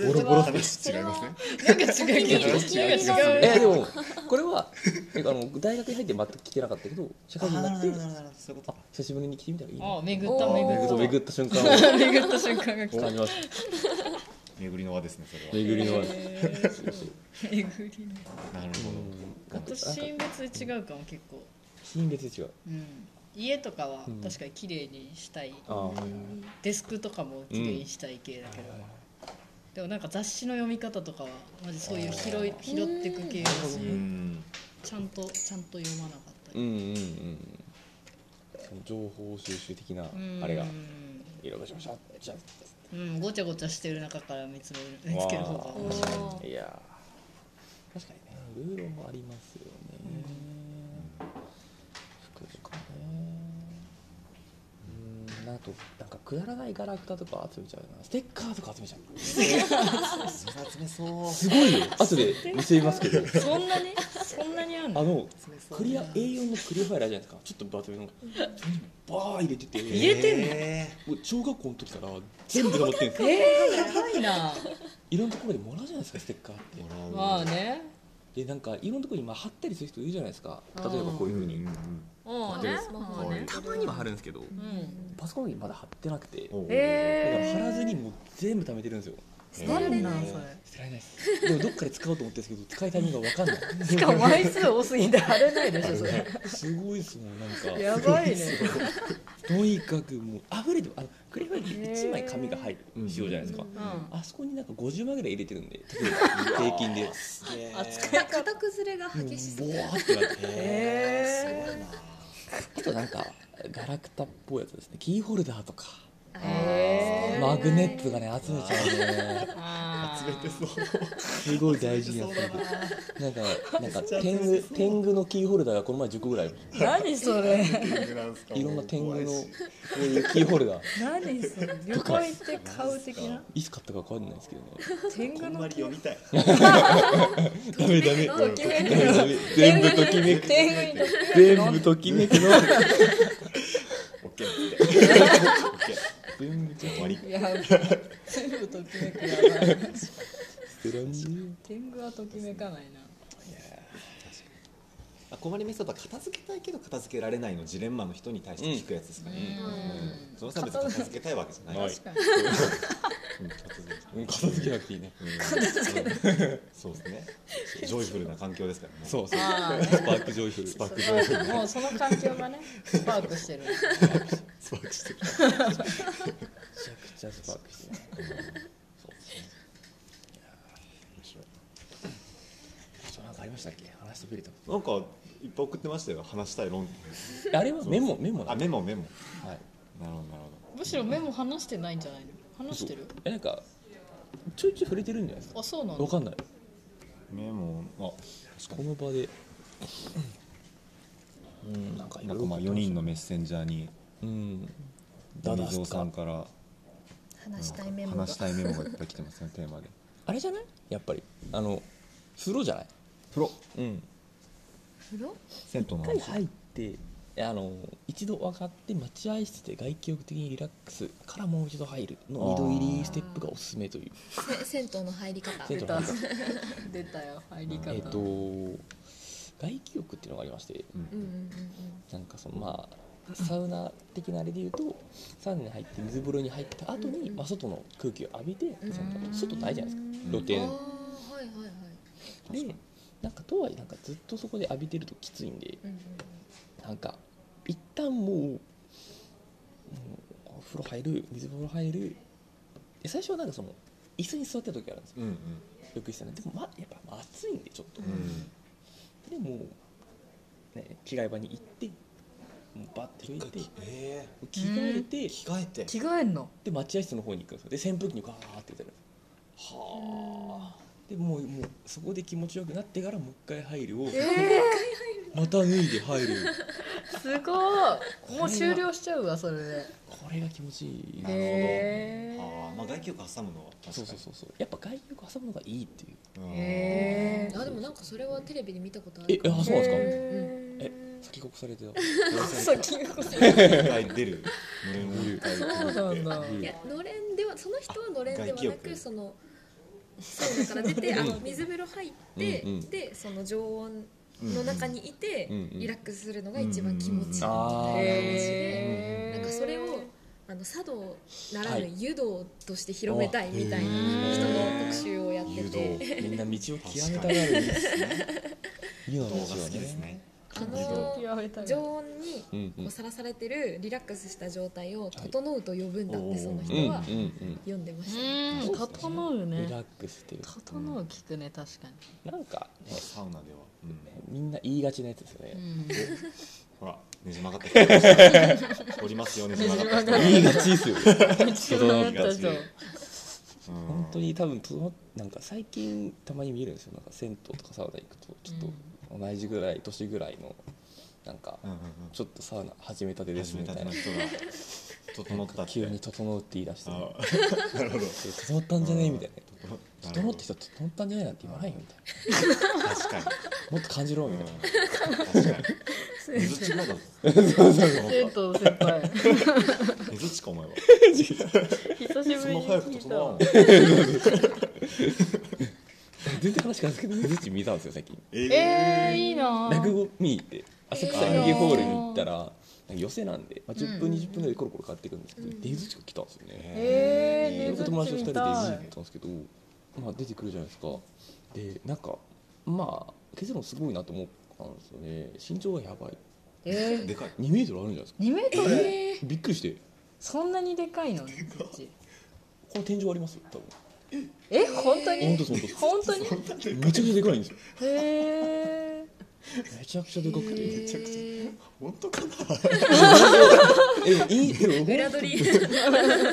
[SPEAKER 1] ボロボロ *laughs*
[SPEAKER 5] 話違いますね
[SPEAKER 3] なんか違うけどなん
[SPEAKER 4] それは
[SPEAKER 3] か違う
[SPEAKER 1] えでもこれはえあの大学に入って全く着てなかったけど社会人になって
[SPEAKER 5] なるほどそういう
[SPEAKER 1] あ
[SPEAKER 5] こ
[SPEAKER 1] 久しぶりに着てみたらいい
[SPEAKER 3] あ
[SPEAKER 1] な
[SPEAKER 3] 巡った
[SPEAKER 4] おー
[SPEAKER 3] 巡っ
[SPEAKER 1] そう
[SPEAKER 3] た
[SPEAKER 1] 巡った瞬間を
[SPEAKER 3] 巡った瞬間が来た
[SPEAKER 1] 感じました
[SPEAKER 5] 巡りの輪ですねそれ
[SPEAKER 1] 巡りの悪
[SPEAKER 3] へ
[SPEAKER 1] そうそう
[SPEAKER 3] ー巡りの
[SPEAKER 5] はなるほ
[SPEAKER 1] なんか
[SPEAKER 3] 私
[SPEAKER 1] なんか
[SPEAKER 3] 別で違うかも結構
[SPEAKER 1] 品別で違う
[SPEAKER 3] うん家とかは
[SPEAKER 1] うん
[SPEAKER 3] 確かに綺麗にしたい、
[SPEAKER 1] ああはいはい
[SPEAKER 3] デスクとかも綺麗にしたい系だけど、でもなんか雑誌の読み方とかはマジそういう拾い
[SPEAKER 5] あー
[SPEAKER 3] 拾ってく系だ
[SPEAKER 5] ど
[SPEAKER 3] し
[SPEAKER 5] うん
[SPEAKER 3] ちゃんとちゃんと読まなかった
[SPEAKER 1] うんう
[SPEAKER 3] り、
[SPEAKER 1] んうんその情報収集的なあれがいろいろしましたじゃ
[SPEAKER 3] うんごちゃごちゃしてる中から見つめる見つける方が面白い
[SPEAKER 4] ーお
[SPEAKER 1] あいやー確かにねいろいろもありますよね服とかねうんあとなんかくだらないガラクタとか集めちゃうなステッカーとか集めちゃう
[SPEAKER 5] それ集めそう
[SPEAKER 1] すごいよ後で見せますけど
[SPEAKER 3] そんなにそんなにあん
[SPEAKER 1] あ
[SPEAKER 3] の
[SPEAKER 1] の
[SPEAKER 5] 集めそう
[SPEAKER 1] クリア A4 のクリアファイラーじゃないですかちょっと分厚めのバー入れてて
[SPEAKER 3] 入れてんの
[SPEAKER 5] え
[SPEAKER 1] もう小学校の時から全部が持ってるんですよ
[SPEAKER 3] えー、やばいな
[SPEAKER 1] いろんなところでもらうじゃないですかステッカーって
[SPEAKER 5] ーもら
[SPEAKER 3] ま
[SPEAKER 5] う
[SPEAKER 3] あね
[SPEAKER 1] でなんかいろんなところにまあ貼ったりする人いるじゃないですか例えばこう
[SPEAKER 5] う
[SPEAKER 1] い
[SPEAKER 5] ん
[SPEAKER 1] うふ
[SPEAKER 5] う
[SPEAKER 1] うんに、
[SPEAKER 5] うん
[SPEAKER 3] もうねもうね
[SPEAKER 1] たまには貼るんですけど
[SPEAKER 3] うん
[SPEAKER 1] パソコンにまだ貼ってなくてだか
[SPEAKER 5] おう
[SPEAKER 3] え
[SPEAKER 1] ら貼らずにもう全部貯めてるんですよ
[SPEAKER 5] えー
[SPEAKER 3] なんなんそ
[SPEAKER 1] 捨てられないですでもどっかで使おうと思ってるんですけど使いタイミングが分かんない
[SPEAKER 3] れしかも枚数多すぎて貼れないでしょそれ
[SPEAKER 1] *laughs* すごいですもんなんか
[SPEAKER 3] やばいね
[SPEAKER 1] とにかくもう溢れてあのクレファイル1枚紙が入る仕様じゃないですか、
[SPEAKER 3] うんあ
[SPEAKER 1] あそこになんか50枚ぐらい入れてるんで例えば平
[SPEAKER 3] *laughs*
[SPEAKER 1] 均で
[SPEAKER 3] 使い方
[SPEAKER 4] 型崩れが
[SPEAKER 1] もう
[SPEAKER 4] 激しす
[SPEAKER 1] ボ
[SPEAKER 4] ぎる
[SPEAKER 1] ワーってなって
[SPEAKER 3] え
[SPEAKER 1] あとなんかガラクタっぽいやつですねキーホルダーとか
[SPEAKER 4] あ
[SPEAKER 3] えー
[SPEAKER 4] ー
[SPEAKER 1] マグネットがね集めちゃうね
[SPEAKER 3] ーあ
[SPEAKER 5] 集めてそうう
[SPEAKER 1] すごい大事なやつなんかなんか天狗天狗のキーホルダーがこの前10個ぐらい
[SPEAKER 3] 何それ
[SPEAKER 1] いろんな天狗の
[SPEAKER 5] 怖
[SPEAKER 1] こ
[SPEAKER 5] いう
[SPEAKER 1] いうキーホルダー
[SPEAKER 3] 何それ旅行行って買う的ない
[SPEAKER 1] つ買ったか分かんないですけどね
[SPEAKER 3] 天
[SPEAKER 5] こ
[SPEAKER 3] 狗
[SPEAKER 5] んま
[SPEAKER 3] の
[SPEAKER 5] り読みたい
[SPEAKER 1] ダメ
[SPEAKER 5] *laughs*
[SPEAKER 1] ダメ
[SPEAKER 4] ときめく
[SPEAKER 1] ダメダメ全部ときめく
[SPEAKER 3] 天狗にと
[SPEAKER 1] *laughs* 全部ときめくの
[SPEAKER 5] オッケーってオッケー
[SPEAKER 1] 全 *laughs* 力
[SPEAKER 5] 終わり
[SPEAKER 3] いや全部ときめくやばい
[SPEAKER 1] 捨てらんね
[SPEAKER 3] 天狗はときめかないな
[SPEAKER 5] あ困りメソッドは片付けたいけど片付けられないのジレンマの人に対して聞くやつですかね、
[SPEAKER 4] ん
[SPEAKER 5] そのさん別に片付けたいわけじゃない、
[SPEAKER 3] 確かに
[SPEAKER 5] うん片付け
[SPEAKER 1] えうん片付けなくていいね
[SPEAKER 5] そうですねジョイフルな環境ですからね
[SPEAKER 1] そうそう
[SPEAKER 3] あー
[SPEAKER 1] スパークジョイフル
[SPEAKER 5] スパークジョイフル
[SPEAKER 3] そうだもうその環境がねスパークしてる
[SPEAKER 5] スパークしてる
[SPEAKER 1] めちゃくちゃスパークしてる
[SPEAKER 5] 面白い
[SPEAKER 2] そうなんかありましたっけ話そびれたこ
[SPEAKER 5] なんかいっぱい送ってましたよ話したい論
[SPEAKER 1] あれはメモメモ
[SPEAKER 5] あ
[SPEAKER 1] なの
[SPEAKER 5] メモメモ
[SPEAKER 1] はい
[SPEAKER 5] なるほどなるほ
[SPEAKER 3] むしろ目も話してないんじゃないの話してる
[SPEAKER 1] えなんかちょいちょい触れてるんじゃないですか
[SPEAKER 3] あそうなんだ
[SPEAKER 1] わかんない
[SPEAKER 5] どメモあ
[SPEAKER 1] この場でうんなんかい
[SPEAKER 5] な
[SPEAKER 1] ろ
[SPEAKER 5] ん
[SPEAKER 1] いろ
[SPEAKER 5] かまあ4人のメッセンジャーに
[SPEAKER 1] うん
[SPEAKER 5] ダミゾウさんから
[SPEAKER 4] 話したいメモが
[SPEAKER 5] 話したいメモがいっぱい来てますねテーマで
[SPEAKER 1] あれじゃないやっぱりあの風呂じゃない
[SPEAKER 5] 風呂
[SPEAKER 1] うん
[SPEAKER 4] 風呂
[SPEAKER 5] 銭湯の
[SPEAKER 1] 一回
[SPEAKER 5] 話
[SPEAKER 1] 入ってあの一度上がって待合室で外気浴的にリラックスからもう一度入るの二度入りステップがおすすめという
[SPEAKER 4] せ銭湯の入り方
[SPEAKER 1] 銭
[SPEAKER 3] 出
[SPEAKER 1] 湯
[SPEAKER 3] た出たよ入り方
[SPEAKER 1] えっと外気浴っていうのがありまして
[SPEAKER 5] うん
[SPEAKER 4] うんうんうん
[SPEAKER 1] なんかそのまあサウナ的なあれで言うとサウナに入って水風呂に入った後に、まあ、外の空気を浴びてその外ないじゃないですか露
[SPEAKER 4] うん
[SPEAKER 1] 天
[SPEAKER 4] あーはいはいはい
[SPEAKER 1] でなんかとはいえなんかずっとそこで浴びてるときついんで
[SPEAKER 4] うんうん
[SPEAKER 1] なんか一旦もう、うんお風呂入る水風呂入るで最初はなんかその椅子に座ってた時あるんですよ
[SPEAKER 5] うんうん
[SPEAKER 1] 浴室ねでも、ま、やっぱ暑いんでちょっと、でもう、ね、着替え場に行ってもうバッて拭いて
[SPEAKER 5] え
[SPEAKER 1] 着替えて、
[SPEAKER 5] え着替えて
[SPEAKER 3] 着替えんの
[SPEAKER 1] で待合室の方に行くんですよで扇風機にガーって打たれるはあでもうもうそこで気持ちよくなってからもう一回入るをまた脱いで入る
[SPEAKER 3] すごいもう終了しちゃうわそれで
[SPEAKER 1] これが気持ちいい
[SPEAKER 5] なる
[SPEAKER 3] へ
[SPEAKER 5] ほど
[SPEAKER 3] ー
[SPEAKER 5] ああまあ外気浴挟むのは確かに
[SPEAKER 1] そうそうそうそうやっぱ外力挟むのがいいっていう
[SPEAKER 5] うん
[SPEAKER 3] へ
[SPEAKER 4] あでもなんかそれはテレビで見たことあ
[SPEAKER 1] え
[SPEAKER 4] るかも
[SPEAKER 1] あそうなんですか
[SPEAKER 4] え
[SPEAKER 1] 先告されてた
[SPEAKER 4] そう金子さん
[SPEAKER 5] 一回出るのれんを一回
[SPEAKER 3] そうなんだ
[SPEAKER 4] いやのれんではその人はのれんでは
[SPEAKER 5] 外
[SPEAKER 4] な
[SPEAKER 5] 気
[SPEAKER 4] く
[SPEAKER 5] 浴
[SPEAKER 4] そのサウナから出てあの水風呂入って、
[SPEAKER 1] うんうん
[SPEAKER 4] でその常温の中にいて、
[SPEAKER 1] うんうん
[SPEAKER 4] リラックスするのが一番気持ちいいみたいな
[SPEAKER 1] あ
[SPEAKER 4] 話
[SPEAKER 1] ー
[SPEAKER 4] で、
[SPEAKER 3] へー
[SPEAKER 4] なんかそれをあの茶道なら
[SPEAKER 1] は
[SPEAKER 4] ぬ
[SPEAKER 1] い
[SPEAKER 4] 湯道として広めたいみたいな人の特集をやって
[SPEAKER 5] 誘
[SPEAKER 4] て、
[SPEAKER 1] *laughs*
[SPEAKER 5] 導
[SPEAKER 1] みんな道を極めたがるんですね湯の道
[SPEAKER 5] 動画
[SPEAKER 1] を
[SPEAKER 5] 好きです
[SPEAKER 1] ね
[SPEAKER 5] ね
[SPEAKER 4] あ
[SPEAKER 5] 誘導
[SPEAKER 4] の
[SPEAKER 3] 極めたい
[SPEAKER 4] 常温に
[SPEAKER 1] うんうん
[SPEAKER 4] こうさらされてるリラックスした状態を整うと呼ぶんだって、
[SPEAKER 5] はい
[SPEAKER 4] その
[SPEAKER 1] うんうん
[SPEAKER 4] 人は
[SPEAKER 1] うん
[SPEAKER 4] 読んでました。
[SPEAKER 3] うん整う
[SPEAKER 1] リ
[SPEAKER 3] ね
[SPEAKER 1] ラックスっていう
[SPEAKER 3] 整う聞くね確か
[SPEAKER 1] なんかね
[SPEAKER 5] サウナではうん
[SPEAKER 1] みんな言いがちなやつですよね
[SPEAKER 3] にうん
[SPEAKER 5] ほらねじ曲がってきたおりますよねじ曲がってきた
[SPEAKER 1] 言いがちですよね
[SPEAKER 3] 口の *laughs* やった人
[SPEAKER 5] うん
[SPEAKER 1] 本当に多分となんか最近たまに見えるんですよなんか銭湯とかサウナ行くとちょっと同じぐらい年ぐらいのなんか
[SPEAKER 5] うんうん
[SPEAKER 1] ちょっとサウナ始めたて
[SPEAKER 5] うん
[SPEAKER 1] です
[SPEAKER 5] 始め
[SPEAKER 1] みた
[SPEAKER 5] た
[SPEAKER 1] い
[SPEAKER 5] て
[SPEAKER 1] な
[SPEAKER 5] の人が整ったって
[SPEAKER 1] 急に整うって言い出して
[SPEAKER 5] あなるほど
[SPEAKER 1] 整ったんじゃねえみたいな
[SPEAKER 5] なる
[SPEAKER 1] 整
[SPEAKER 5] ほ
[SPEAKER 1] ってきた
[SPEAKER 5] ど
[SPEAKER 1] ら整ったんじゃないなんて言わないよみたい
[SPEAKER 5] 確かに
[SPEAKER 1] なもっと感じろみたいな、
[SPEAKER 5] うん確かに水地かだぞ
[SPEAKER 3] 銭湯先輩
[SPEAKER 5] 水地かお前は
[SPEAKER 3] 久し
[SPEAKER 5] そ
[SPEAKER 3] ぶり
[SPEAKER 5] んな
[SPEAKER 3] に
[SPEAKER 5] 早く
[SPEAKER 3] 聞いた
[SPEAKER 5] 整わん
[SPEAKER 3] わ
[SPEAKER 5] の
[SPEAKER 1] *laughs* 全然話変わるんですけど水地見たんですよ最近
[SPEAKER 5] え
[SPEAKER 3] えーいいな
[SPEAKER 1] 落語見に行って浅草演芸ホールに行ったらなんか寄せなんで、まあ、10分20分ぐらいコロコロ変わっていくんですけど、出口が来たんですよね、
[SPEAKER 3] えー
[SPEAKER 1] 僕友達と2人で行
[SPEAKER 3] た
[SPEAKER 1] ったんですけど、まあ、出てくるじゃないですかでなんかまあ結論すごいなと思ったんですよね身長がやばい
[SPEAKER 3] えー
[SPEAKER 5] でかい
[SPEAKER 1] 2メートルあるんじゃないですか
[SPEAKER 3] 2メートル
[SPEAKER 1] びっくりして
[SPEAKER 3] そんなにでかいのねこっち
[SPEAKER 1] この天井ありますよ多分
[SPEAKER 3] え本当
[SPEAKER 1] 本
[SPEAKER 3] に
[SPEAKER 1] 当です本当です
[SPEAKER 3] 本当に
[SPEAKER 1] めちゃくちゃでかいんですよ
[SPEAKER 3] へえ
[SPEAKER 1] めちゃくちゃでかくてめちゃくちゃ
[SPEAKER 5] 本当かな
[SPEAKER 1] え
[SPEAKER 4] *laughs*
[SPEAKER 1] いいで
[SPEAKER 4] 裏取り
[SPEAKER 1] も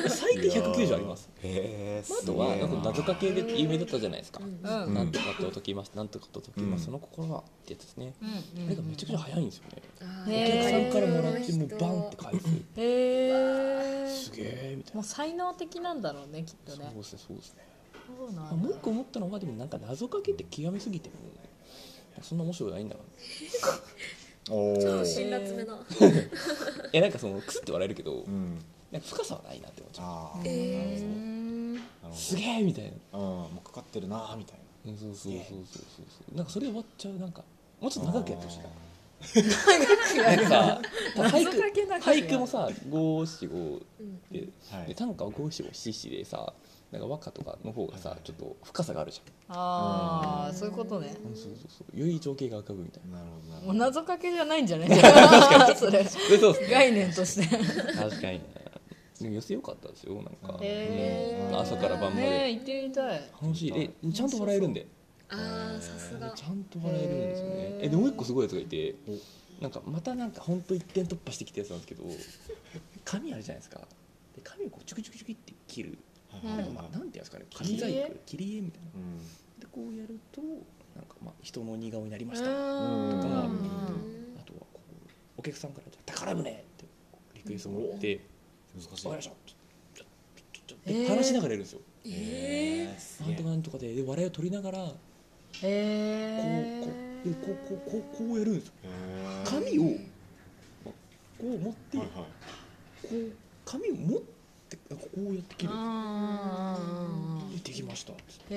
[SPEAKER 1] 最低190あります
[SPEAKER 5] え
[SPEAKER 1] あとはなんか謎かけで有名だったじゃないですか、
[SPEAKER 5] う
[SPEAKER 3] う
[SPEAKER 5] ん
[SPEAKER 3] ん
[SPEAKER 1] なんとかと解きますなんとかと解きます、その心はってやつですね、あれがめちゃくちゃ早いんですよね、
[SPEAKER 4] あ
[SPEAKER 1] お客さ
[SPEAKER 3] へ
[SPEAKER 1] んからもらっ
[SPEAKER 4] ー
[SPEAKER 1] てもうバンって返す
[SPEAKER 3] へえ
[SPEAKER 1] すげえみたい
[SPEAKER 3] も
[SPEAKER 1] な
[SPEAKER 3] う才能的なんだろうねきっとね
[SPEAKER 1] そうですねそうですね
[SPEAKER 3] そうな
[SPEAKER 1] あ
[SPEAKER 3] ん
[SPEAKER 1] もう
[SPEAKER 3] だ
[SPEAKER 1] 一個思ったのはでもなんか謎かけって極めすぎてもそんな面白くないんだろう
[SPEAKER 5] おお
[SPEAKER 4] 辛辣めな
[SPEAKER 1] ねいやなんかそのクスって笑えるけど
[SPEAKER 5] うん
[SPEAKER 1] なんか深さはないなって思っちゃ
[SPEAKER 5] ああ、
[SPEAKER 4] え
[SPEAKER 5] なるほど
[SPEAKER 4] ー、
[SPEAKER 5] なる
[SPEAKER 1] う
[SPEAKER 5] ほ
[SPEAKER 1] すげえみたいな
[SPEAKER 5] どうんもうかかってるなーみたいな
[SPEAKER 1] うんそうそうそうそうそうそうなんかそれで終わっちゃうなんかもうちょっと長くやってほしいななんかさ俳句俳句もさ五七五
[SPEAKER 4] うん
[SPEAKER 1] で
[SPEAKER 5] あーは
[SPEAKER 1] で
[SPEAKER 5] い
[SPEAKER 1] 短歌は五七五七七でさなんか和歌とかの方がさちょっと深さがあるじ
[SPEAKER 3] あ
[SPEAKER 4] う
[SPEAKER 3] あ
[SPEAKER 4] ん
[SPEAKER 3] そういうことね
[SPEAKER 1] ゃん、うん、そうそうそうより情景が浮かぶみたいな
[SPEAKER 5] なるほどなる
[SPEAKER 3] も
[SPEAKER 5] ほど
[SPEAKER 3] う謎かけじゃないんじゃないそれ
[SPEAKER 1] そうです
[SPEAKER 3] 概念として
[SPEAKER 1] 確かにねでも寄せよかったですよなんか
[SPEAKER 5] へー
[SPEAKER 1] 朝から晩まで
[SPEAKER 3] ねえ行ってみたい
[SPEAKER 1] 楽しいえちゃんと笑えるんで
[SPEAKER 4] ああさすが
[SPEAKER 1] ちゃんと笑えるんですよね
[SPEAKER 3] へー
[SPEAKER 1] えでもう一個すごいやつがいてなんかまたなんか本当一点突破してきたやつなんですけど紙あるじゃないですかで紙をこうチュキチュキチュキって切る、
[SPEAKER 5] はいはい
[SPEAKER 1] なんかま
[SPEAKER 5] はい
[SPEAKER 1] あなんていうんですかね
[SPEAKER 3] 切り
[SPEAKER 1] 紙
[SPEAKER 3] 絵
[SPEAKER 1] 細工切り絵みたいな
[SPEAKER 5] うん
[SPEAKER 1] でこうやるとなんかまあ人の似顔絵になりましたあ
[SPEAKER 4] う
[SPEAKER 1] うん
[SPEAKER 4] ん
[SPEAKER 1] とはこうお客さんから「宝船!」ってリクエストもらって
[SPEAKER 5] 難
[SPEAKER 1] 「
[SPEAKER 5] しい
[SPEAKER 1] 分かりました」ちょっと話しながらやるんですよ、
[SPEAKER 5] えーす
[SPEAKER 1] な
[SPEAKER 5] げ
[SPEAKER 1] んとかなんとかでで笑いを取りながらこう
[SPEAKER 3] え
[SPEAKER 1] こうで
[SPEAKER 3] え
[SPEAKER 1] こうこうこうこうやるんですよ
[SPEAKER 5] えへー
[SPEAKER 1] 紙をこう持って、
[SPEAKER 5] はいはい
[SPEAKER 1] こう紙を持ってこうやって切る
[SPEAKER 3] あ
[SPEAKER 1] できましたっつって
[SPEAKER 3] へ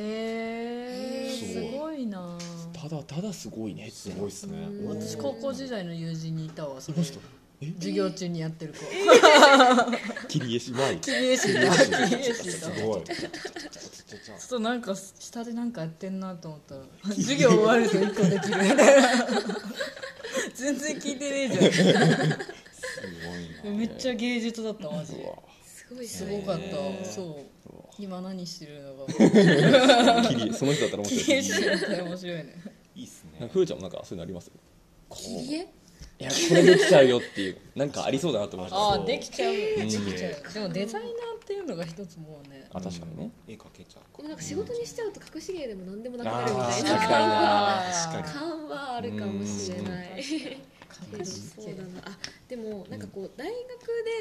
[SPEAKER 3] え
[SPEAKER 5] すごい
[SPEAKER 3] すごいな
[SPEAKER 1] ただただすごいね
[SPEAKER 5] すごいっすね
[SPEAKER 4] うん
[SPEAKER 3] 私高校時代の友人にいたわそれ
[SPEAKER 1] ました
[SPEAKER 3] 授
[SPEAKER 1] え
[SPEAKER 3] 業中にやってる子
[SPEAKER 1] 切り絵しない
[SPEAKER 3] 切り絵師だ切り絵師
[SPEAKER 5] す
[SPEAKER 3] だ
[SPEAKER 5] ごい
[SPEAKER 3] ちょっとなんか下でなんかやってんなと思ったら授業終わると一個できるみたいな全然聞いてねえじ
[SPEAKER 5] すご
[SPEAKER 3] ゃ
[SPEAKER 5] い
[SPEAKER 3] ん
[SPEAKER 5] な
[SPEAKER 3] *laughs* めっちゃ芸術だったマジ
[SPEAKER 4] すごい
[SPEAKER 3] すごかっ
[SPEAKER 5] へー
[SPEAKER 3] たそう
[SPEAKER 1] うわ
[SPEAKER 3] 今何してるのか
[SPEAKER 1] *laughs* 切り絵その人だったら面
[SPEAKER 3] 切
[SPEAKER 1] 白
[SPEAKER 3] り絵
[SPEAKER 1] い
[SPEAKER 3] 師だったら面白いね
[SPEAKER 5] いいっすね
[SPEAKER 1] なんかふーちゃんもなんかそういうのあります
[SPEAKER 4] 切り絵
[SPEAKER 1] いやこれできちゃうよっていうなんかありそうだなと思って
[SPEAKER 5] あ
[SPEAKER 3] あ
[SPEAKER 5] そ
[SPEAKER 3] あ
[SPEAKER 5] う
[SPEAKER 3] できちゃうで
[SPEAKER 1] き
[SPEAKER 3] きちゃうでもデザイナーっていうのが一つもうね
[SPEAKER 1] あ確かにね
[SPEAKER 5] 絵描けちゃう
[SPEAKER 4] でもなんか仕事にしちゃうと隠し芸でも何でもなくなるみたい
[SPEAKER 1] あー確
[SPEAKER 4] な
[SPEAKER 1] かに
[SPEAKER 5] 確かに
[SPEAKER 4] 感はあるかもしれない
[SPEAKER 3] に
[SPEAKER 4] そうだなあでもなんかこう大学で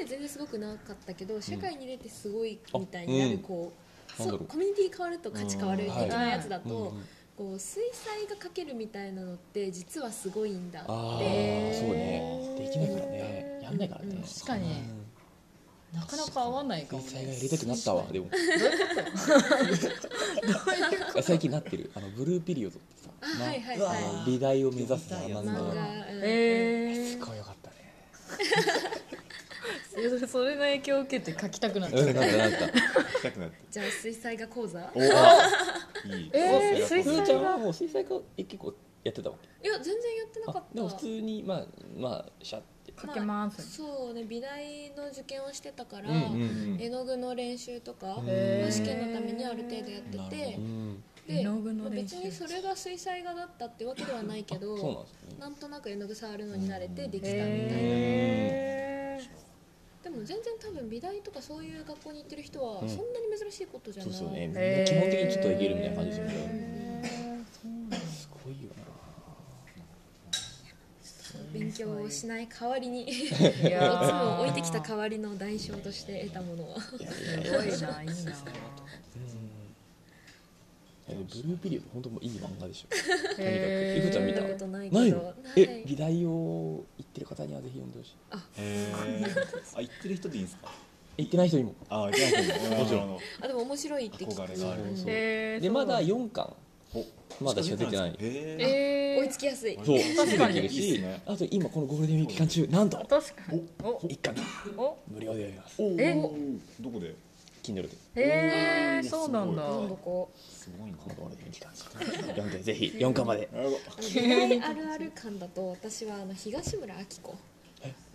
[SPEAKER 4] 全然すごくなかったけど社会に出てすごいみたいになるこう
[SPEAKER 1] うんあ
[SPEAKER 4] そ
[SPEAKER 1] なんだろ
[SPEAKER 4] う
[SPEAKER 1] う
[SPEAKER 4] コミュニティ変わると価値変わる的なやつだ
[SPEAKER 1] うんう
[SPEAKER 4] と
[SPEAKER 1] ん
[SPEAKER 4] こう水彩が描けるみたいなのって実はすごいんだって
[SPEAKER 1] ああ
[SPEAKER 4] へー
[SPEAKER 1] そうねできないからねやんないからね
[SPEAKER 4] うん
[SPEAKER 3] 確かになかなか合わないか
[SPEAKER 1] 水
[SPEAKER 3] も
[SPEAKER 1] 彩
[SPEAKER 3] ね
[SPEAKER 1] 画やりたくな
[SPEAKER 4] *laughs*
[SPEAKER 1] ったわでもえ最近なってるあのブルーピリオドってさ
[SPEAKER 4] あはいはい
[SPEAKER 1] あ
[SPEAKER 4] はい
[SPEAKER 1] の美大を目指すさ
[SPEAKER 2] 読
[SPEAKER 1] 漫
[SPEAKER 2] みたい
[SPEAKER 4] 漫
[SPEAKER 1] 画
[SPEAKER 4] 画うん
[SPEAKER 3] え
[SPEAKER 1] すごいよかったね
[SPEAKER 3] ーそれの影響を受けて描きたくなっちゃ
[SPEAKER 1] う、
[SPEAKER 3] うん
[SPEAKER 1] なんかなんか。
[SPEAKER 5] 描きたくなって
[SPEAKER 4] じゃあ水彩画講座
[SPEAKER 5] おおいい
[SPEAKER 3] えー
[SPEAKER 5] 水
[SPEAKER 1] ふ
[SPEAKER 5] 彩
[SPEAKER 1] ー
[SPEAKER 5] 画
[SPEAKER 1] ちゃんはもう水彩画結構やってたわけ。
[SPEAKER 4] いや全然やってなかった
[SPEAKER 1] でも普通にまあまあシャって。
[SPEAKER 3] 描けます
[SPEAKER 4] そうね美大の受験をしてたから、
[SPEAKER 5] うん
[SPEAKER 4] 絵の具の練習とか、
[SPEAKER 1] うん
[SPEAKER 3] へー
[SPEAKER 4] 試験のためにある程度やって
[SPEAKER 5] なる
[SPEAKER 4] て
[SPEAKER 5] ほ
[SPEAKER 1] ん。
[SPEAKER 4] で
[SPEAKER 3] 絵の具の練
[SPEAKER 4] 別
[SPEAKER 3] 習
[SPEAKER 4] にそれが水彩画だったってわけではないけ
[SPEAKER 1] あそうなん
[SPEAKER 4] ど
[SPEAKER 1] ですね。
[SPEAKER 4] なんとなく絵の具触るのに慣れてできたみたいな、
[SPEAKER 3] へ
[SPEAKER 4] でも全然多分美大とかそういう学校に行ってる人は
[SPEAKER 1] う
[SPEAKER 4] そ
[SPEAKER 1] ん
[SPEAKER 4] んなに珍しいことじゃ
[SPEAKER 1] そ
[SPEAKER 4] な
[SPEAKER 1] う
[SPEAKER 4] い、
[SPEAKER 1] そうね。みんな
[SPEAKER 3] えー
[SPEAKER 1] 基本的にちょっとできるみたいな感じですよね。
[SPEAKER 3] え
[SPEAKER 1] すごいよ
[SPEAKER 4] 勉強をしない代わりにい
[SPEAKER 3] いや
[SPEAKER 4] つ
[SPEAKER 3] ー
[SPEAKER 4] も置いてきた代わりの代償として得たものは
[SPEAKER 3] すごいないいな
[SPEAKER 1] な。うん。えブルーピリオド本当もういい漫画で *laughs* しょ。
[SPEAKER 3] へ
[SPEAKER 1] いくちゃん見
[SPEAKER 4] 見
[SPEAKER 1] た
[SPEAKER 4] たことないけど
[SPEAKER 1] ない
[SPEAKER 4] な
[SPEAKER 1] の？え美大を行ってる方にはぜひ読んでほしい。
[SPEAKER 5] へーあ行ってる人でいいんですか
[SPEAKER 1] 行ってない人にも。
[SPEAKER 5] あ行ってない人ももちろん
[SPEAKER 4] あでも面白いって聞
[SPEAKER 5] 憧れ
[SPEAKER 4] く
[SPEAKER 5] がある
[SPEAKER 1] そう
[SPEAKER 3] えー
[SPEAKER 1] でまだ四巻
[SPEAKER 5] お
[SPEAKER 1] まだしか出てない。
[SPEAKER 5] へ
[SPEAKER 3] え
[SPEAKER 4] 追いつきや
[SPEAKER 1] *laughs*
[SPEAKER 4] すい
[SPEAKER 1] そう。
[SPEAKER 3] 確かに
[SPEAKER 1] できる
[SPEAKER 5] いいっす
[SPEAKER 1] し
[SPEAKER 5] ね。
[SPEAKER 1] あと今このゴールデンウィーク期間中なんと
[SPEAKER 3] 確かにお
[SPEAKER 1] 一巻
[SPEAKER 3] お
[SPEAKER 1] 無料でやります。
[SPEAKER 5] ー
[SPEAKER 3] え
[SPEAKER 5] おーどこで
[SPEAKER 1] Kindle で。
[SPEAKER 3] へえー、そうなんだ
[SPEAKER 4] なんだこう
[SPEAKER 5] すごいな
[SPEAKER 1] ゴールデンウィーク期間中。 *laughs* 読んでぜひ四巻まで。
[SPEAKER 4] 美大あるある感だと私はあの東村明子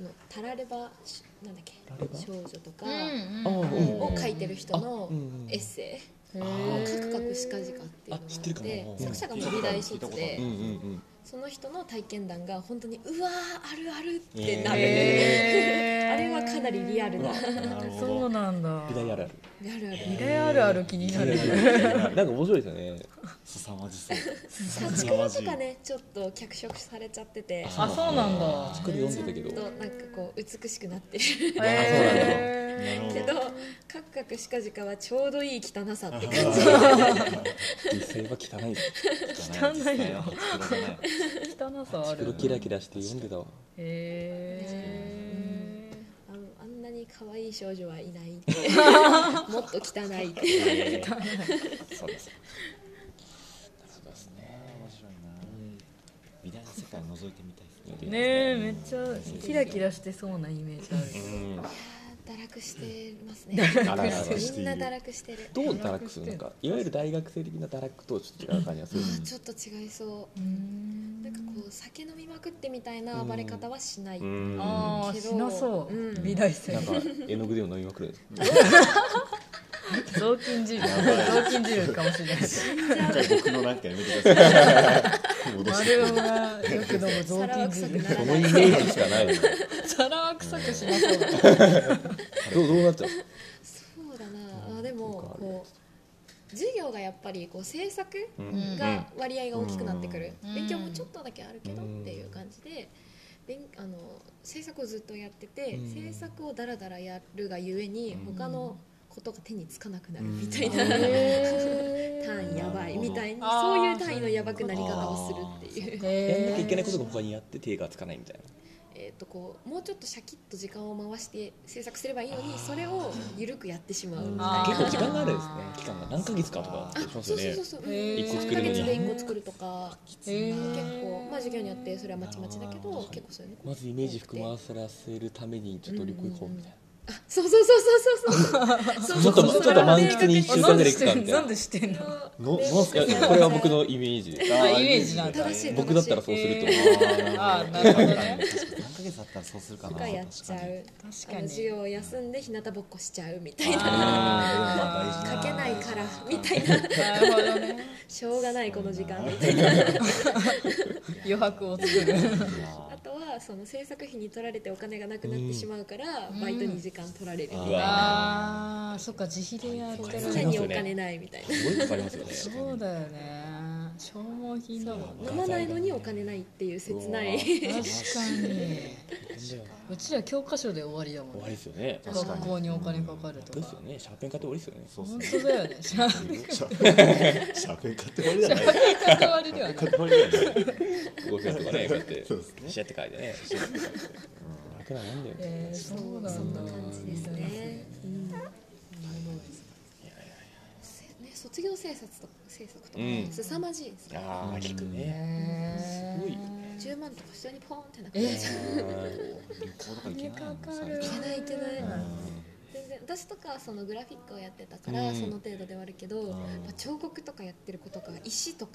[SPEAKER 4] の「タラレバし」なんだっけ
[SPEAKER 1] タラレバ
[SPEAKER 4] 少女とか
[SPEAKER 1] ああ
[SPEAKER 3] ん
[SPEAKER 1] うん。
[SPEAKER 4] を書いてる人の
[SPEAKER 1] あうん
[SPEAKER 4] エッセ
[SPEAKER 3] うん
[SPEAKER 4] イの「
[SPEAKER 1] あ
[SPEAKER 4] カクカクしかじか」っていうのが
[SPEAKER 1] あ知ってるか
[SPEAKER 4] あ
[SPEAKER 1] も
[SPEAKER 4] って作者がもう美大卒
[SPEAKER 1] うんう
[SPEAKER 4] で
[SPEAKER 1] んうん。
[SPEAKER 4] その人の体験談が本当に「うわーあるある」ってなる、
[SPEAKER 3] へー
[SPEAKER 4] あれはかなりリアルな、ある
[SPEAKER 5] なるほ
[SPEAKER 3] そ
[SPEAKER 5] ど
[SPEAKER 3] うなんだ
[SPEAKER 1] 美大あるある。
[SPEAKER 4] あ
[SPEAKER 3] リ
[SPEAKER 4] る
[SPEAKER 3] レーあるある気になる
[SPEAKER 1] なんか面白いですよね。
[SPEAKER 5] 凄まじそう
[SPEAKER 4] 立ち
[SPEAKER 5] 凄
[SPEAKER 4] く
[SPEAKER 5] ま
[SPEAKER 4] ら
[SPEAKER 5] じ
[SPEAKER 4] と
[SPEAKER 5] い
[SPEAKER 4] かねちょっと脚色されちゃってて
[SPEAKER 3] あそうなんだ
[SPEAKER 1] 作り読んでたけ
[SPEAKER 4] ちょっ
[SPEAKER 1] ど
[SPEAKER 4] と。なんかこう美しくなってる
[SPEAKER 3] へ
[SPEAKER 5] なるほ
[SPEAKER 4] け
[SPEAKER 5] ど
[SPEAKER 4] どカクカクしかじかはちょうどいい汚さって
[SPEAKER 1] 実
[SPEAKER 4] 感じ
[SPEAKER 1] 際は汚い。
[SPEAKER 5] 汚
[SPEAKER 3] いよー汚さあ
[SPEAKER 1] 黒
[SPEAKER 3] る
[SPEAKER 1] キラキラして読んでたわ。
[SPEAKER 3] へえ
[SPEAKER 4] あのあんなにに可愛い少女はいない *laughs* ってもっと汚いって
[SPEAKER 1] えーそうです。そうですね。
[SPEAKER 5] 面白いな。美大の世界を覗いてみたいです
[SPEAKER 1] ね
[SPEAKER 5] ね。
[SPEAKER 3] ねえめっちゃキラキラしてそうなイメージある
[SPEAKER 1] うん。
[SPEAKER 4] 堕落してますねみ
[SPEAKER 1] あららら
[SPEAKER 4] んな堕落してる
[SPEAKER 1] どう堕落するのか、いわゆる大学生的な堕落とはちょっと違う感じがする。
[SPEAKER 4] ちょっと違いそううなんんかこう酒飲みまくってみたいな暴れ方はしない、
[SPEAKER 1] うん。な
[SPEAKER 3] ああ
[SPEAKER 4] けど
[SPEAKER 3] しなそう、
[SPEAKER 4] うん
[SPEAKER 3] 美大生
[SPEAKER 1] んか絵の具でも飲みま *laughs* くるんですか。
[SPEAKER 3] 雑巾汁雑巾汁かもしれない
[SPEAKER 4] *laughs*
[SPEAKER 5] 一回僕のなんかやめてください。戻して
[SPEAKER 3] 丸尾がよく飲む雑
[SPEAKER 4] 皿
[SPEAKER 3] 巾
[SPEAKER 4] は臭く
[SPEAKER 3] 汁 *laughs*
[SPEAKER 4] なら
[SPEAKER 1] こ
[SPEAKER 4] な
[SPEAKER 1] の
[SPEAKER 4] い
[SPEAKER 1] イメージしかない。 *laughs*
[SPEAKER 6] 皿は臭くしなそうだ
[SPEAKER 1] どうどうなっちゃう。
[SPEAKER 4] そうだなあでもこう授業がやっぱりこう制作
[SPEAKER 1] うん
[SPEAKER 4] が割合が大きくなってくる、
[SPEAKER 6] うん
[SPEAKER 4] 勉強もちょっとだけあるけどっ
[SPEAKER 1] うん
[SPEAKER 4] ていう感じで勉あの制作をずっとやってて、
[SPEAKER 1] うん
[SPEAKER 4] 制作をだらだらやるがゆえに
[SPEAKER 1] うん
[SPEAKER 4] 他のことが手につかなくなる
[SPEAKER 5] うん
[SPEAKER 4] みたいな、
[SPEAKER 3] へー
[SPEAKER 4] *laughs* 単位やばいみたいに
[SPEAKER 3] あー
[SPEAKER 4] そういう単位のやばくなり方をするっていう。
[SPEAKER 1] やん
[SPEAKER 3] へ
[SPEAKER 1] なきゃいけないことが
[SPEAKER 3] ー
[SPEAKER 1] 他にやって手がつかないみたいな。
[SPEAKER 4] *laughs* えー、とこうもうちょっとシャキッと時間を回して制作すればいいのにそれを緩くやってしまうみ
[SPEAKER 3] あー
[SPEAKER 4] たい
[SPEAKER 1] 結
[SPEAKER 4] な
[SPEAKER 1] 構時間があるんですね。期間が何ヶ月かとかあったりします
[SPEAKER 4] そ
[SPEAKER 1] よ
[SPEAKER 4] うそ
[SPEAKER 1] ね
[SPEAKER 4] うそう。そう、うん、
[SPEAKER 3] へー
[SPEAKER 1] 一個
[SPEAKER 4] 3
[SPEAKER 1] 作る
[SPEAKER 4] ヶ
[SPEAKER 1] のに
[SPEAKER 4] 月で1個作るとか
[SPEAKER 3] へー
[SPEAKER 4] 結構まあ授業によってそれはまちまちだけど結構そういうの *laughs*
[SPEAKER 1] まずイメージ含ませらせるためにちょっと旅行行こうみたい
[SPEAKER 4] あそうそうそうそうそうそう
[SPEAKER 1] ちょっと
[SPEAKER 4] そうそう
[SPEAKER 1] ちょっと満喫に一週間ぐらい行くかみたいな
[SPEAKER 3] なんでしてんの
[SPEAKER 5] の
[SPEAKER 4] で
[SPEAKER 5] のす
[SPEAKER 1] な。い
[SPEAKER 5] か
[SPEAKER 1] やこれは僕のイメージで。
[SPEAKER 3] あイメージなんだ
[SPEAKER 4] 正しい
[SPEAKER 1] 僕だったらそうすると思う。
[SPEAKER 3] あーなるほどね
[SPEAKER 5] 何ヶ月だったらそうするか
[SPEAKER 4] と
[SPEAKER 5] な。
[SPEAKER 4] かやっちゃう
[SPEAKER 3] 確
[SPEAKER 4] あ
[SPEAKER 3] か
[SPEAKER 4] の
[SPEAKER 3] に
[SPEAKER 4] 授業を休んで日向ぼっこしちゃうみたいな
[SPEAKER 3] あー
[SPEAKER 4] 書けないからみたいな
[SPEAKER 3] なるほどね
[SPEAKER 4] しょうがないこの時間みたいな
[SPEAKER 3] 余白を作る
[SPEAKER 4] あとはその制作費に取られてお金がなくなってしまうからバイトに時間取られる
[SPEAKER 1] うわ
[SPEAKER 3] あーそっか自費でやってる
[SPEAKER 1] ー
[SPEAKER 4] 手にお金ないみたい
[SPEAKER 1] すごいかかりますよね。
[SPEAKER 3] そうだよね消耗品だもんね
[SPEAKER 4] な飲まないのにお金ないっていう切ない
[SPEAKER 3] 確かに
[SPEAKER 1] 終
[SPEAKER 3] うちら教科書で終わりだもん
[SPEAKER 1] わ
[SPEAKER 3] ね
[SPEAKER 1] りですよね。
[SPEAKER 5] 確かに
[SPEAKER 3] 学校にお金かかると
[SPEAKER 1] で
[SPEAKER 3] か
[SPEAKER 1] すよね。シャーペン買って終わりですよね。
[SPEAKER 5] そう
[SPEAKER 3] 本
[SPEAKER 5] です
[SPEAKER 3] 当だよねシャー
[SPEAKER 5] ね。シャーペン買って終わりじゃない。買
[SPEAKER 3] ペン買って終わりではない
[SPEAKER 5] って終わりじゃない。
[SPEAKER 1] 500円とかね、こうやって
[SPEAKER 5] そうです、ね
[SPEAKER 1] シャって書いてね、楽なもんだよね。
[SPEAKER 3] えーそうだ
[SPEAKER 4] そんな感じですね。うんせね卒業制作とか制作とかね
[SPEAKER 1] うん
[SPEAKER 4] 凄まじいですね。
[SPEAKER 1] ああ、聞くね。
[SPEAKER 3] えー
[SPEAKER 1] すごいよ
[SPEAKER 4] 10万とか普通にポーンってなく
[SPEAKER 3] え
[SPEAKER 4] て。
[SPEAKER 5] 旅行とか行けないもん
[SPEAKER 3] お金かかる
[SPEAKER 4] いけないいけない。
[SPEAKER 5] うん
[SPEAKER 4] 全然私とかそのグラフィックをやってたから
[SPEAKER 1] うん
[SPEAKER 4] その程度ではあるけど、
[SPEAKER 5] ん
[SPEAKER 4] まあ彫刻とかやってる子とか石とか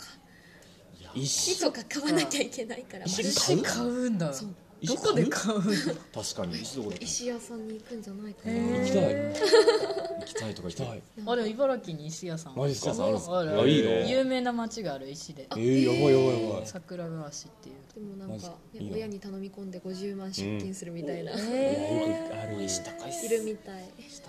[SPEAKER 4] 木
[SPEAKER 1] 石。
[SPEAKER 4] とか買わなきゃいけないから
[SPEAKER 1] 石
[SPEAKER 3] 石買うんだ
[SPEAKER 4] そう
[SPEAKER 3] どこで買うの
[SPEAKER 5] 確かに一度行
[SPEAKER 4] 石屋さんに行くんじゃないかな。
[SPEAKER 1] 行きたい。
[SPEAKER 3] え
[SPEAKER 1] 行
[SPEAKER 5] きたいとか行
[SPEAKER 1] き
[SPEAKER 5] きた
[SPEAKER 1] たい
[SPEAKER 5] い。。
[SPEAKER 4] なんか
[SPEAKER 3] あれ茨城に石屋さん
[SPEAKER 1] マジっすか
[SPEAKER 3] あ
[SPEAKER 1] あ
[SPEAKER 3] る
[SPEAKER 1] るんすかあいいの
[SPEAKER 3] 有名な町がある石で
[SPEAKER 1] えー、やばいやばいやばい。
[SPEAKER 3] 桜川市っていう
[SPEAKER 4] でもなんか
[SPEAKER 1] マジいいな
[SPEAKER 4] 親に頼み込んで50万借金するみたいな、い
[SPEAKER 1] いやよくある。石高いっ
[SPEAKER 4] るみたい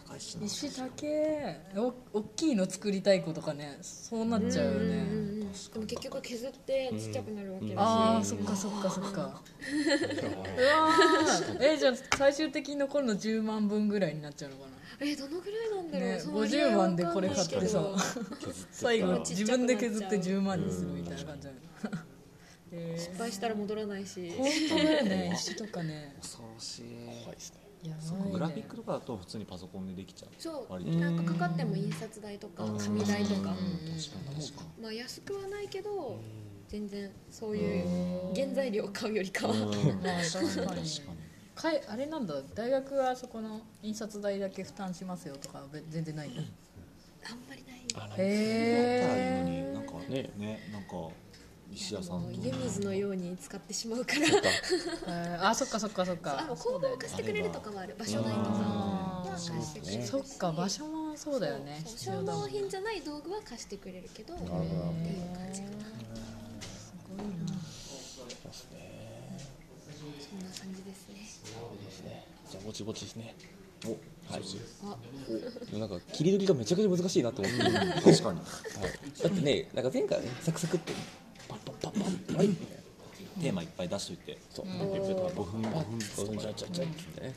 [SPEAKER 5] 高いしな。
[SPEAKER 3] 石だけお大きいの作りたい子とかねそうなっちゃうよ
[SPEAKER 4] うんうん
[SPEAKER 3] ね
[SPEAKER 4] うんでも結局削ってちっちゃくなるわけだし、
[SPEAKER 3] あーそっかそっかそっかうわーえじゃあ最終的に残るの10万分ぐらいになっちゃうのかな
[SPEAKER 4] えどのぐらいなんだろう、
[SPEAKER 3] ね
[SPEAKER 4] その割合
[SPEAKER 3] 50
[SPEAKER 4] は
[SPEAKER 3] 万でこれ買ってさ
[SPEAKER 4] わかんないけど
[SPEAKER 3] 最後
[SPEAKER 4] ちっち
[SPEAKER 3] 自
[SPEAKER 4] ゃくなっちゃう
[SPEAKER 3] 分で削って10万にするみたいな感じなの *laughs* え
[SPEAKER 4] 失敗したら戻らないし
[SPEAKER 3] ー本当だよね石とかね
[SPEAKER 5] 恐ろしい。
[SPEAKER 1] 怖いですね。
[SPEAKER 3] や
[SPEAKER 5] そこグ
[SPEAKER 3] ば
[SPEAKER 5] ラ
[SPEAKER 3] い
[SPEAKER 5] フィ
[SPEAKER 3] ね
[SPEAKER 5] ックとかだと普通にパソコンでできちゃう。
[SPEAKER 4] そう
[SPEAKER 5] 割と。
[SPEAKER 4] なんかかかっても印刷代とか紙代とか、
[SPEAKER 5] 確かに確か
[SPEAKER 4] まあ安くはないけど全然そういう原材料を買うよりかは、
[SPEAKER 3] まあ確か
[SPEAKER 5] に。
[SPEAKER 3] に
[SPEAKER 5] 確かに。
[SPEAKER 3] かいあれなんだ大学はそこの印刷代だけ負担しますよとかはべ全然ないんだ
[SPEAKER 4] あんまりない
[SPEAKER 1] あら、
[SPEAKER 5] だったらいいの
[SPEAKER 3] へ
[SPEAKER 5] になんかねねなんか石屋さん
[SPEAKER 4] も
[SPEAKER 5] の
[SPEAKER 4] う湯水のように使ってしまうから
[SPEAKER 3] *laughs* えあそっかそっかそっ
[SPEAKER 4] あ
[SPEAKER 3] か
[SPEAKER 4] の工房を貸してくれるとかはある場所代とか
[SPEAKER 3] あ
[SPEAKER 4] は貸してくれるし
[SPEAKER 3] そっか場所もそうだよね
[SPEAKER 4] そう
[SPEAKER 3] 必
[SPEAKER 4] 消
[SPEAKER 3] 要だも
[SPEAKER 4] 耗
[SPEAKER 3] んね
[SPEAKER 4] 品じゃない道具は貸してくれるけどっていう
[SPEAKER 1] ほど
[SPEAKER 4] 感じかなそんな感じですね
[SPEAKER 1] そうですね。じゃあ、ぼちぼちですね。
[SPEAKER 5] お
[SPEAKER 1] はい。
[SPEAKER 3] *laughs*
[SPEAKER 4] あ
[SPEAKER 1] でもなんか、切り抜きがめちゃくちゃ難しいなと思って。はい。
[SPEAKER 5] 確かに
[SPEAKER 1] だってね、なんか前回はね、サクサクって、パッパッパッパッ、はい。
[SPEAKER 5] テーマいっぱい出しといて
[SPEAKER 1] そう、5分、5分、5分、ちゃちゃちゃってね。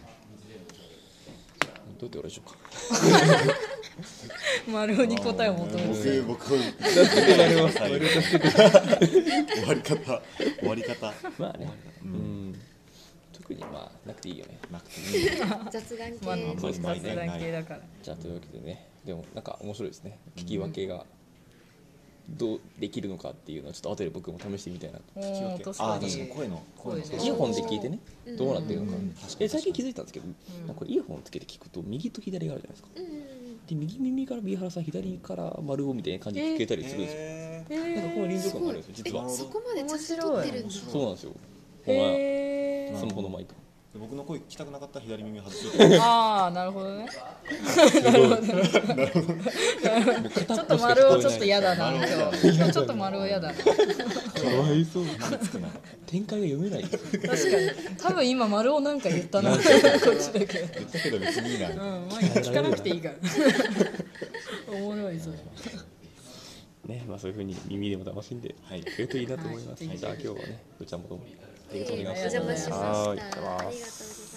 [SPEAKER 1] どうやってやるでしょうか。
[SPEAKER 3] 丸尾に答えを求める
[SPEAKER 5] 僕僕終わり方終わり方
[SPEAKER 1] まあね。うん。という特にまあなくていいよね
[SPEAKER 5] なくていいね
[SPEAKER 4] 雑談系
[SPEAKER 3] まあ、
[SPEAKER 5] ん
[SPEAKER 3] 雑談系だから。
[SPEAKER 1] じゃあというわけでねでもなんか面白いですね聞き分けがどうできるのかっていうのはちょっと後で僕も試してみたいなと
[SPEAKER 3] お
[SPEAKER 5] 聞き分
[SPEAKER 3] ー
[SPEAKER 5] け
[SPEAKER 3] 確
[SPEAKER 5] あ
[SPEAKER 3] か
[SPEAKER 5] ー確かに
[SPEAKER 3] に。
[SPEAKER 5] 声の声の
[SPEAKER 3] 声ね
[SPEAKER 1] イヤホンで聞いてね
[SPEAKER 4] うん
[SPEAKER 1] どうなってるのか
[SPEAKER 5] うん確かに
[SPEAKER 1] え最近気づいたんですけどなんかこれイヤホンつけて聞くと右と左があるじゃないですか
[SPEAKER 4] うんうん
[SPEAKER 1] で右耳からビーハラさん左から丸尾みたいな感じで聞けたりするんですよ、
[SPEAKER 5] へー
[SPEAKER 1] なんかこの
[SPEAKER 4] うん
[SPEAKER 1] 臨
[SPEAKER 4] す
[SPEAKER 1] 場感が
[SPEAKER 4] ご
[SPEAKER 1] あるん
[SPEAKER 4] い
[SPEAKER 1] ですよ
[SPEAKER 4] え
[SPEAKER 1] 実は
[SPEAKER 4] そこまでちゃんと撮ってるんだ
[SPEAKER 1] そうなんですよほら
[SPEAKER 3] へ
[SPEAKER 1] スマホのマイク
[SPEAKER 5] 僕の声聞きたくなかったら左耳外して
[SPEAKER 3] *laughs* ー。ああ、なるほどね。
[SPEAKER 1] ち
[SPEAKER 3] *laughs* ちょっと丸をちょっと嫌だな、今日。今日ちょっと丸を嫌だな。
[SPEAKER 1] かわいそう
[SPEAKER 5] つくな
[SPEAKER 1] 展開が読 *laughs* めないんですよ
[SPEAKER 3] 確かに。多分今丸をなんか言ったな、こっちだけ。
[SPEAKER 5] 言ったけど別にいいな
[SPEAKER 3] うん、まあ聞かなくていいから。 *laughs* おもろいそれ。
[SPEAKER 1] ねまあそういうふうに耳でも楽しんで
[SPEAKER 5] はい
[SPEAKER 1] くれるといいなと思います、
[SPEAKER 3] はい
[SPEAKER 1] じゃあ今日はねうちゃんもどうもありがとうございま
[SPEAKER 4] お
[SPEAKER 1] した
[SPEAKER 4] 邪魔しましたありがとうござい
[SPEAKER 1] は
[SPEAKER 4] ま
[SPEAKER 1] い
[SPEAKER 4] す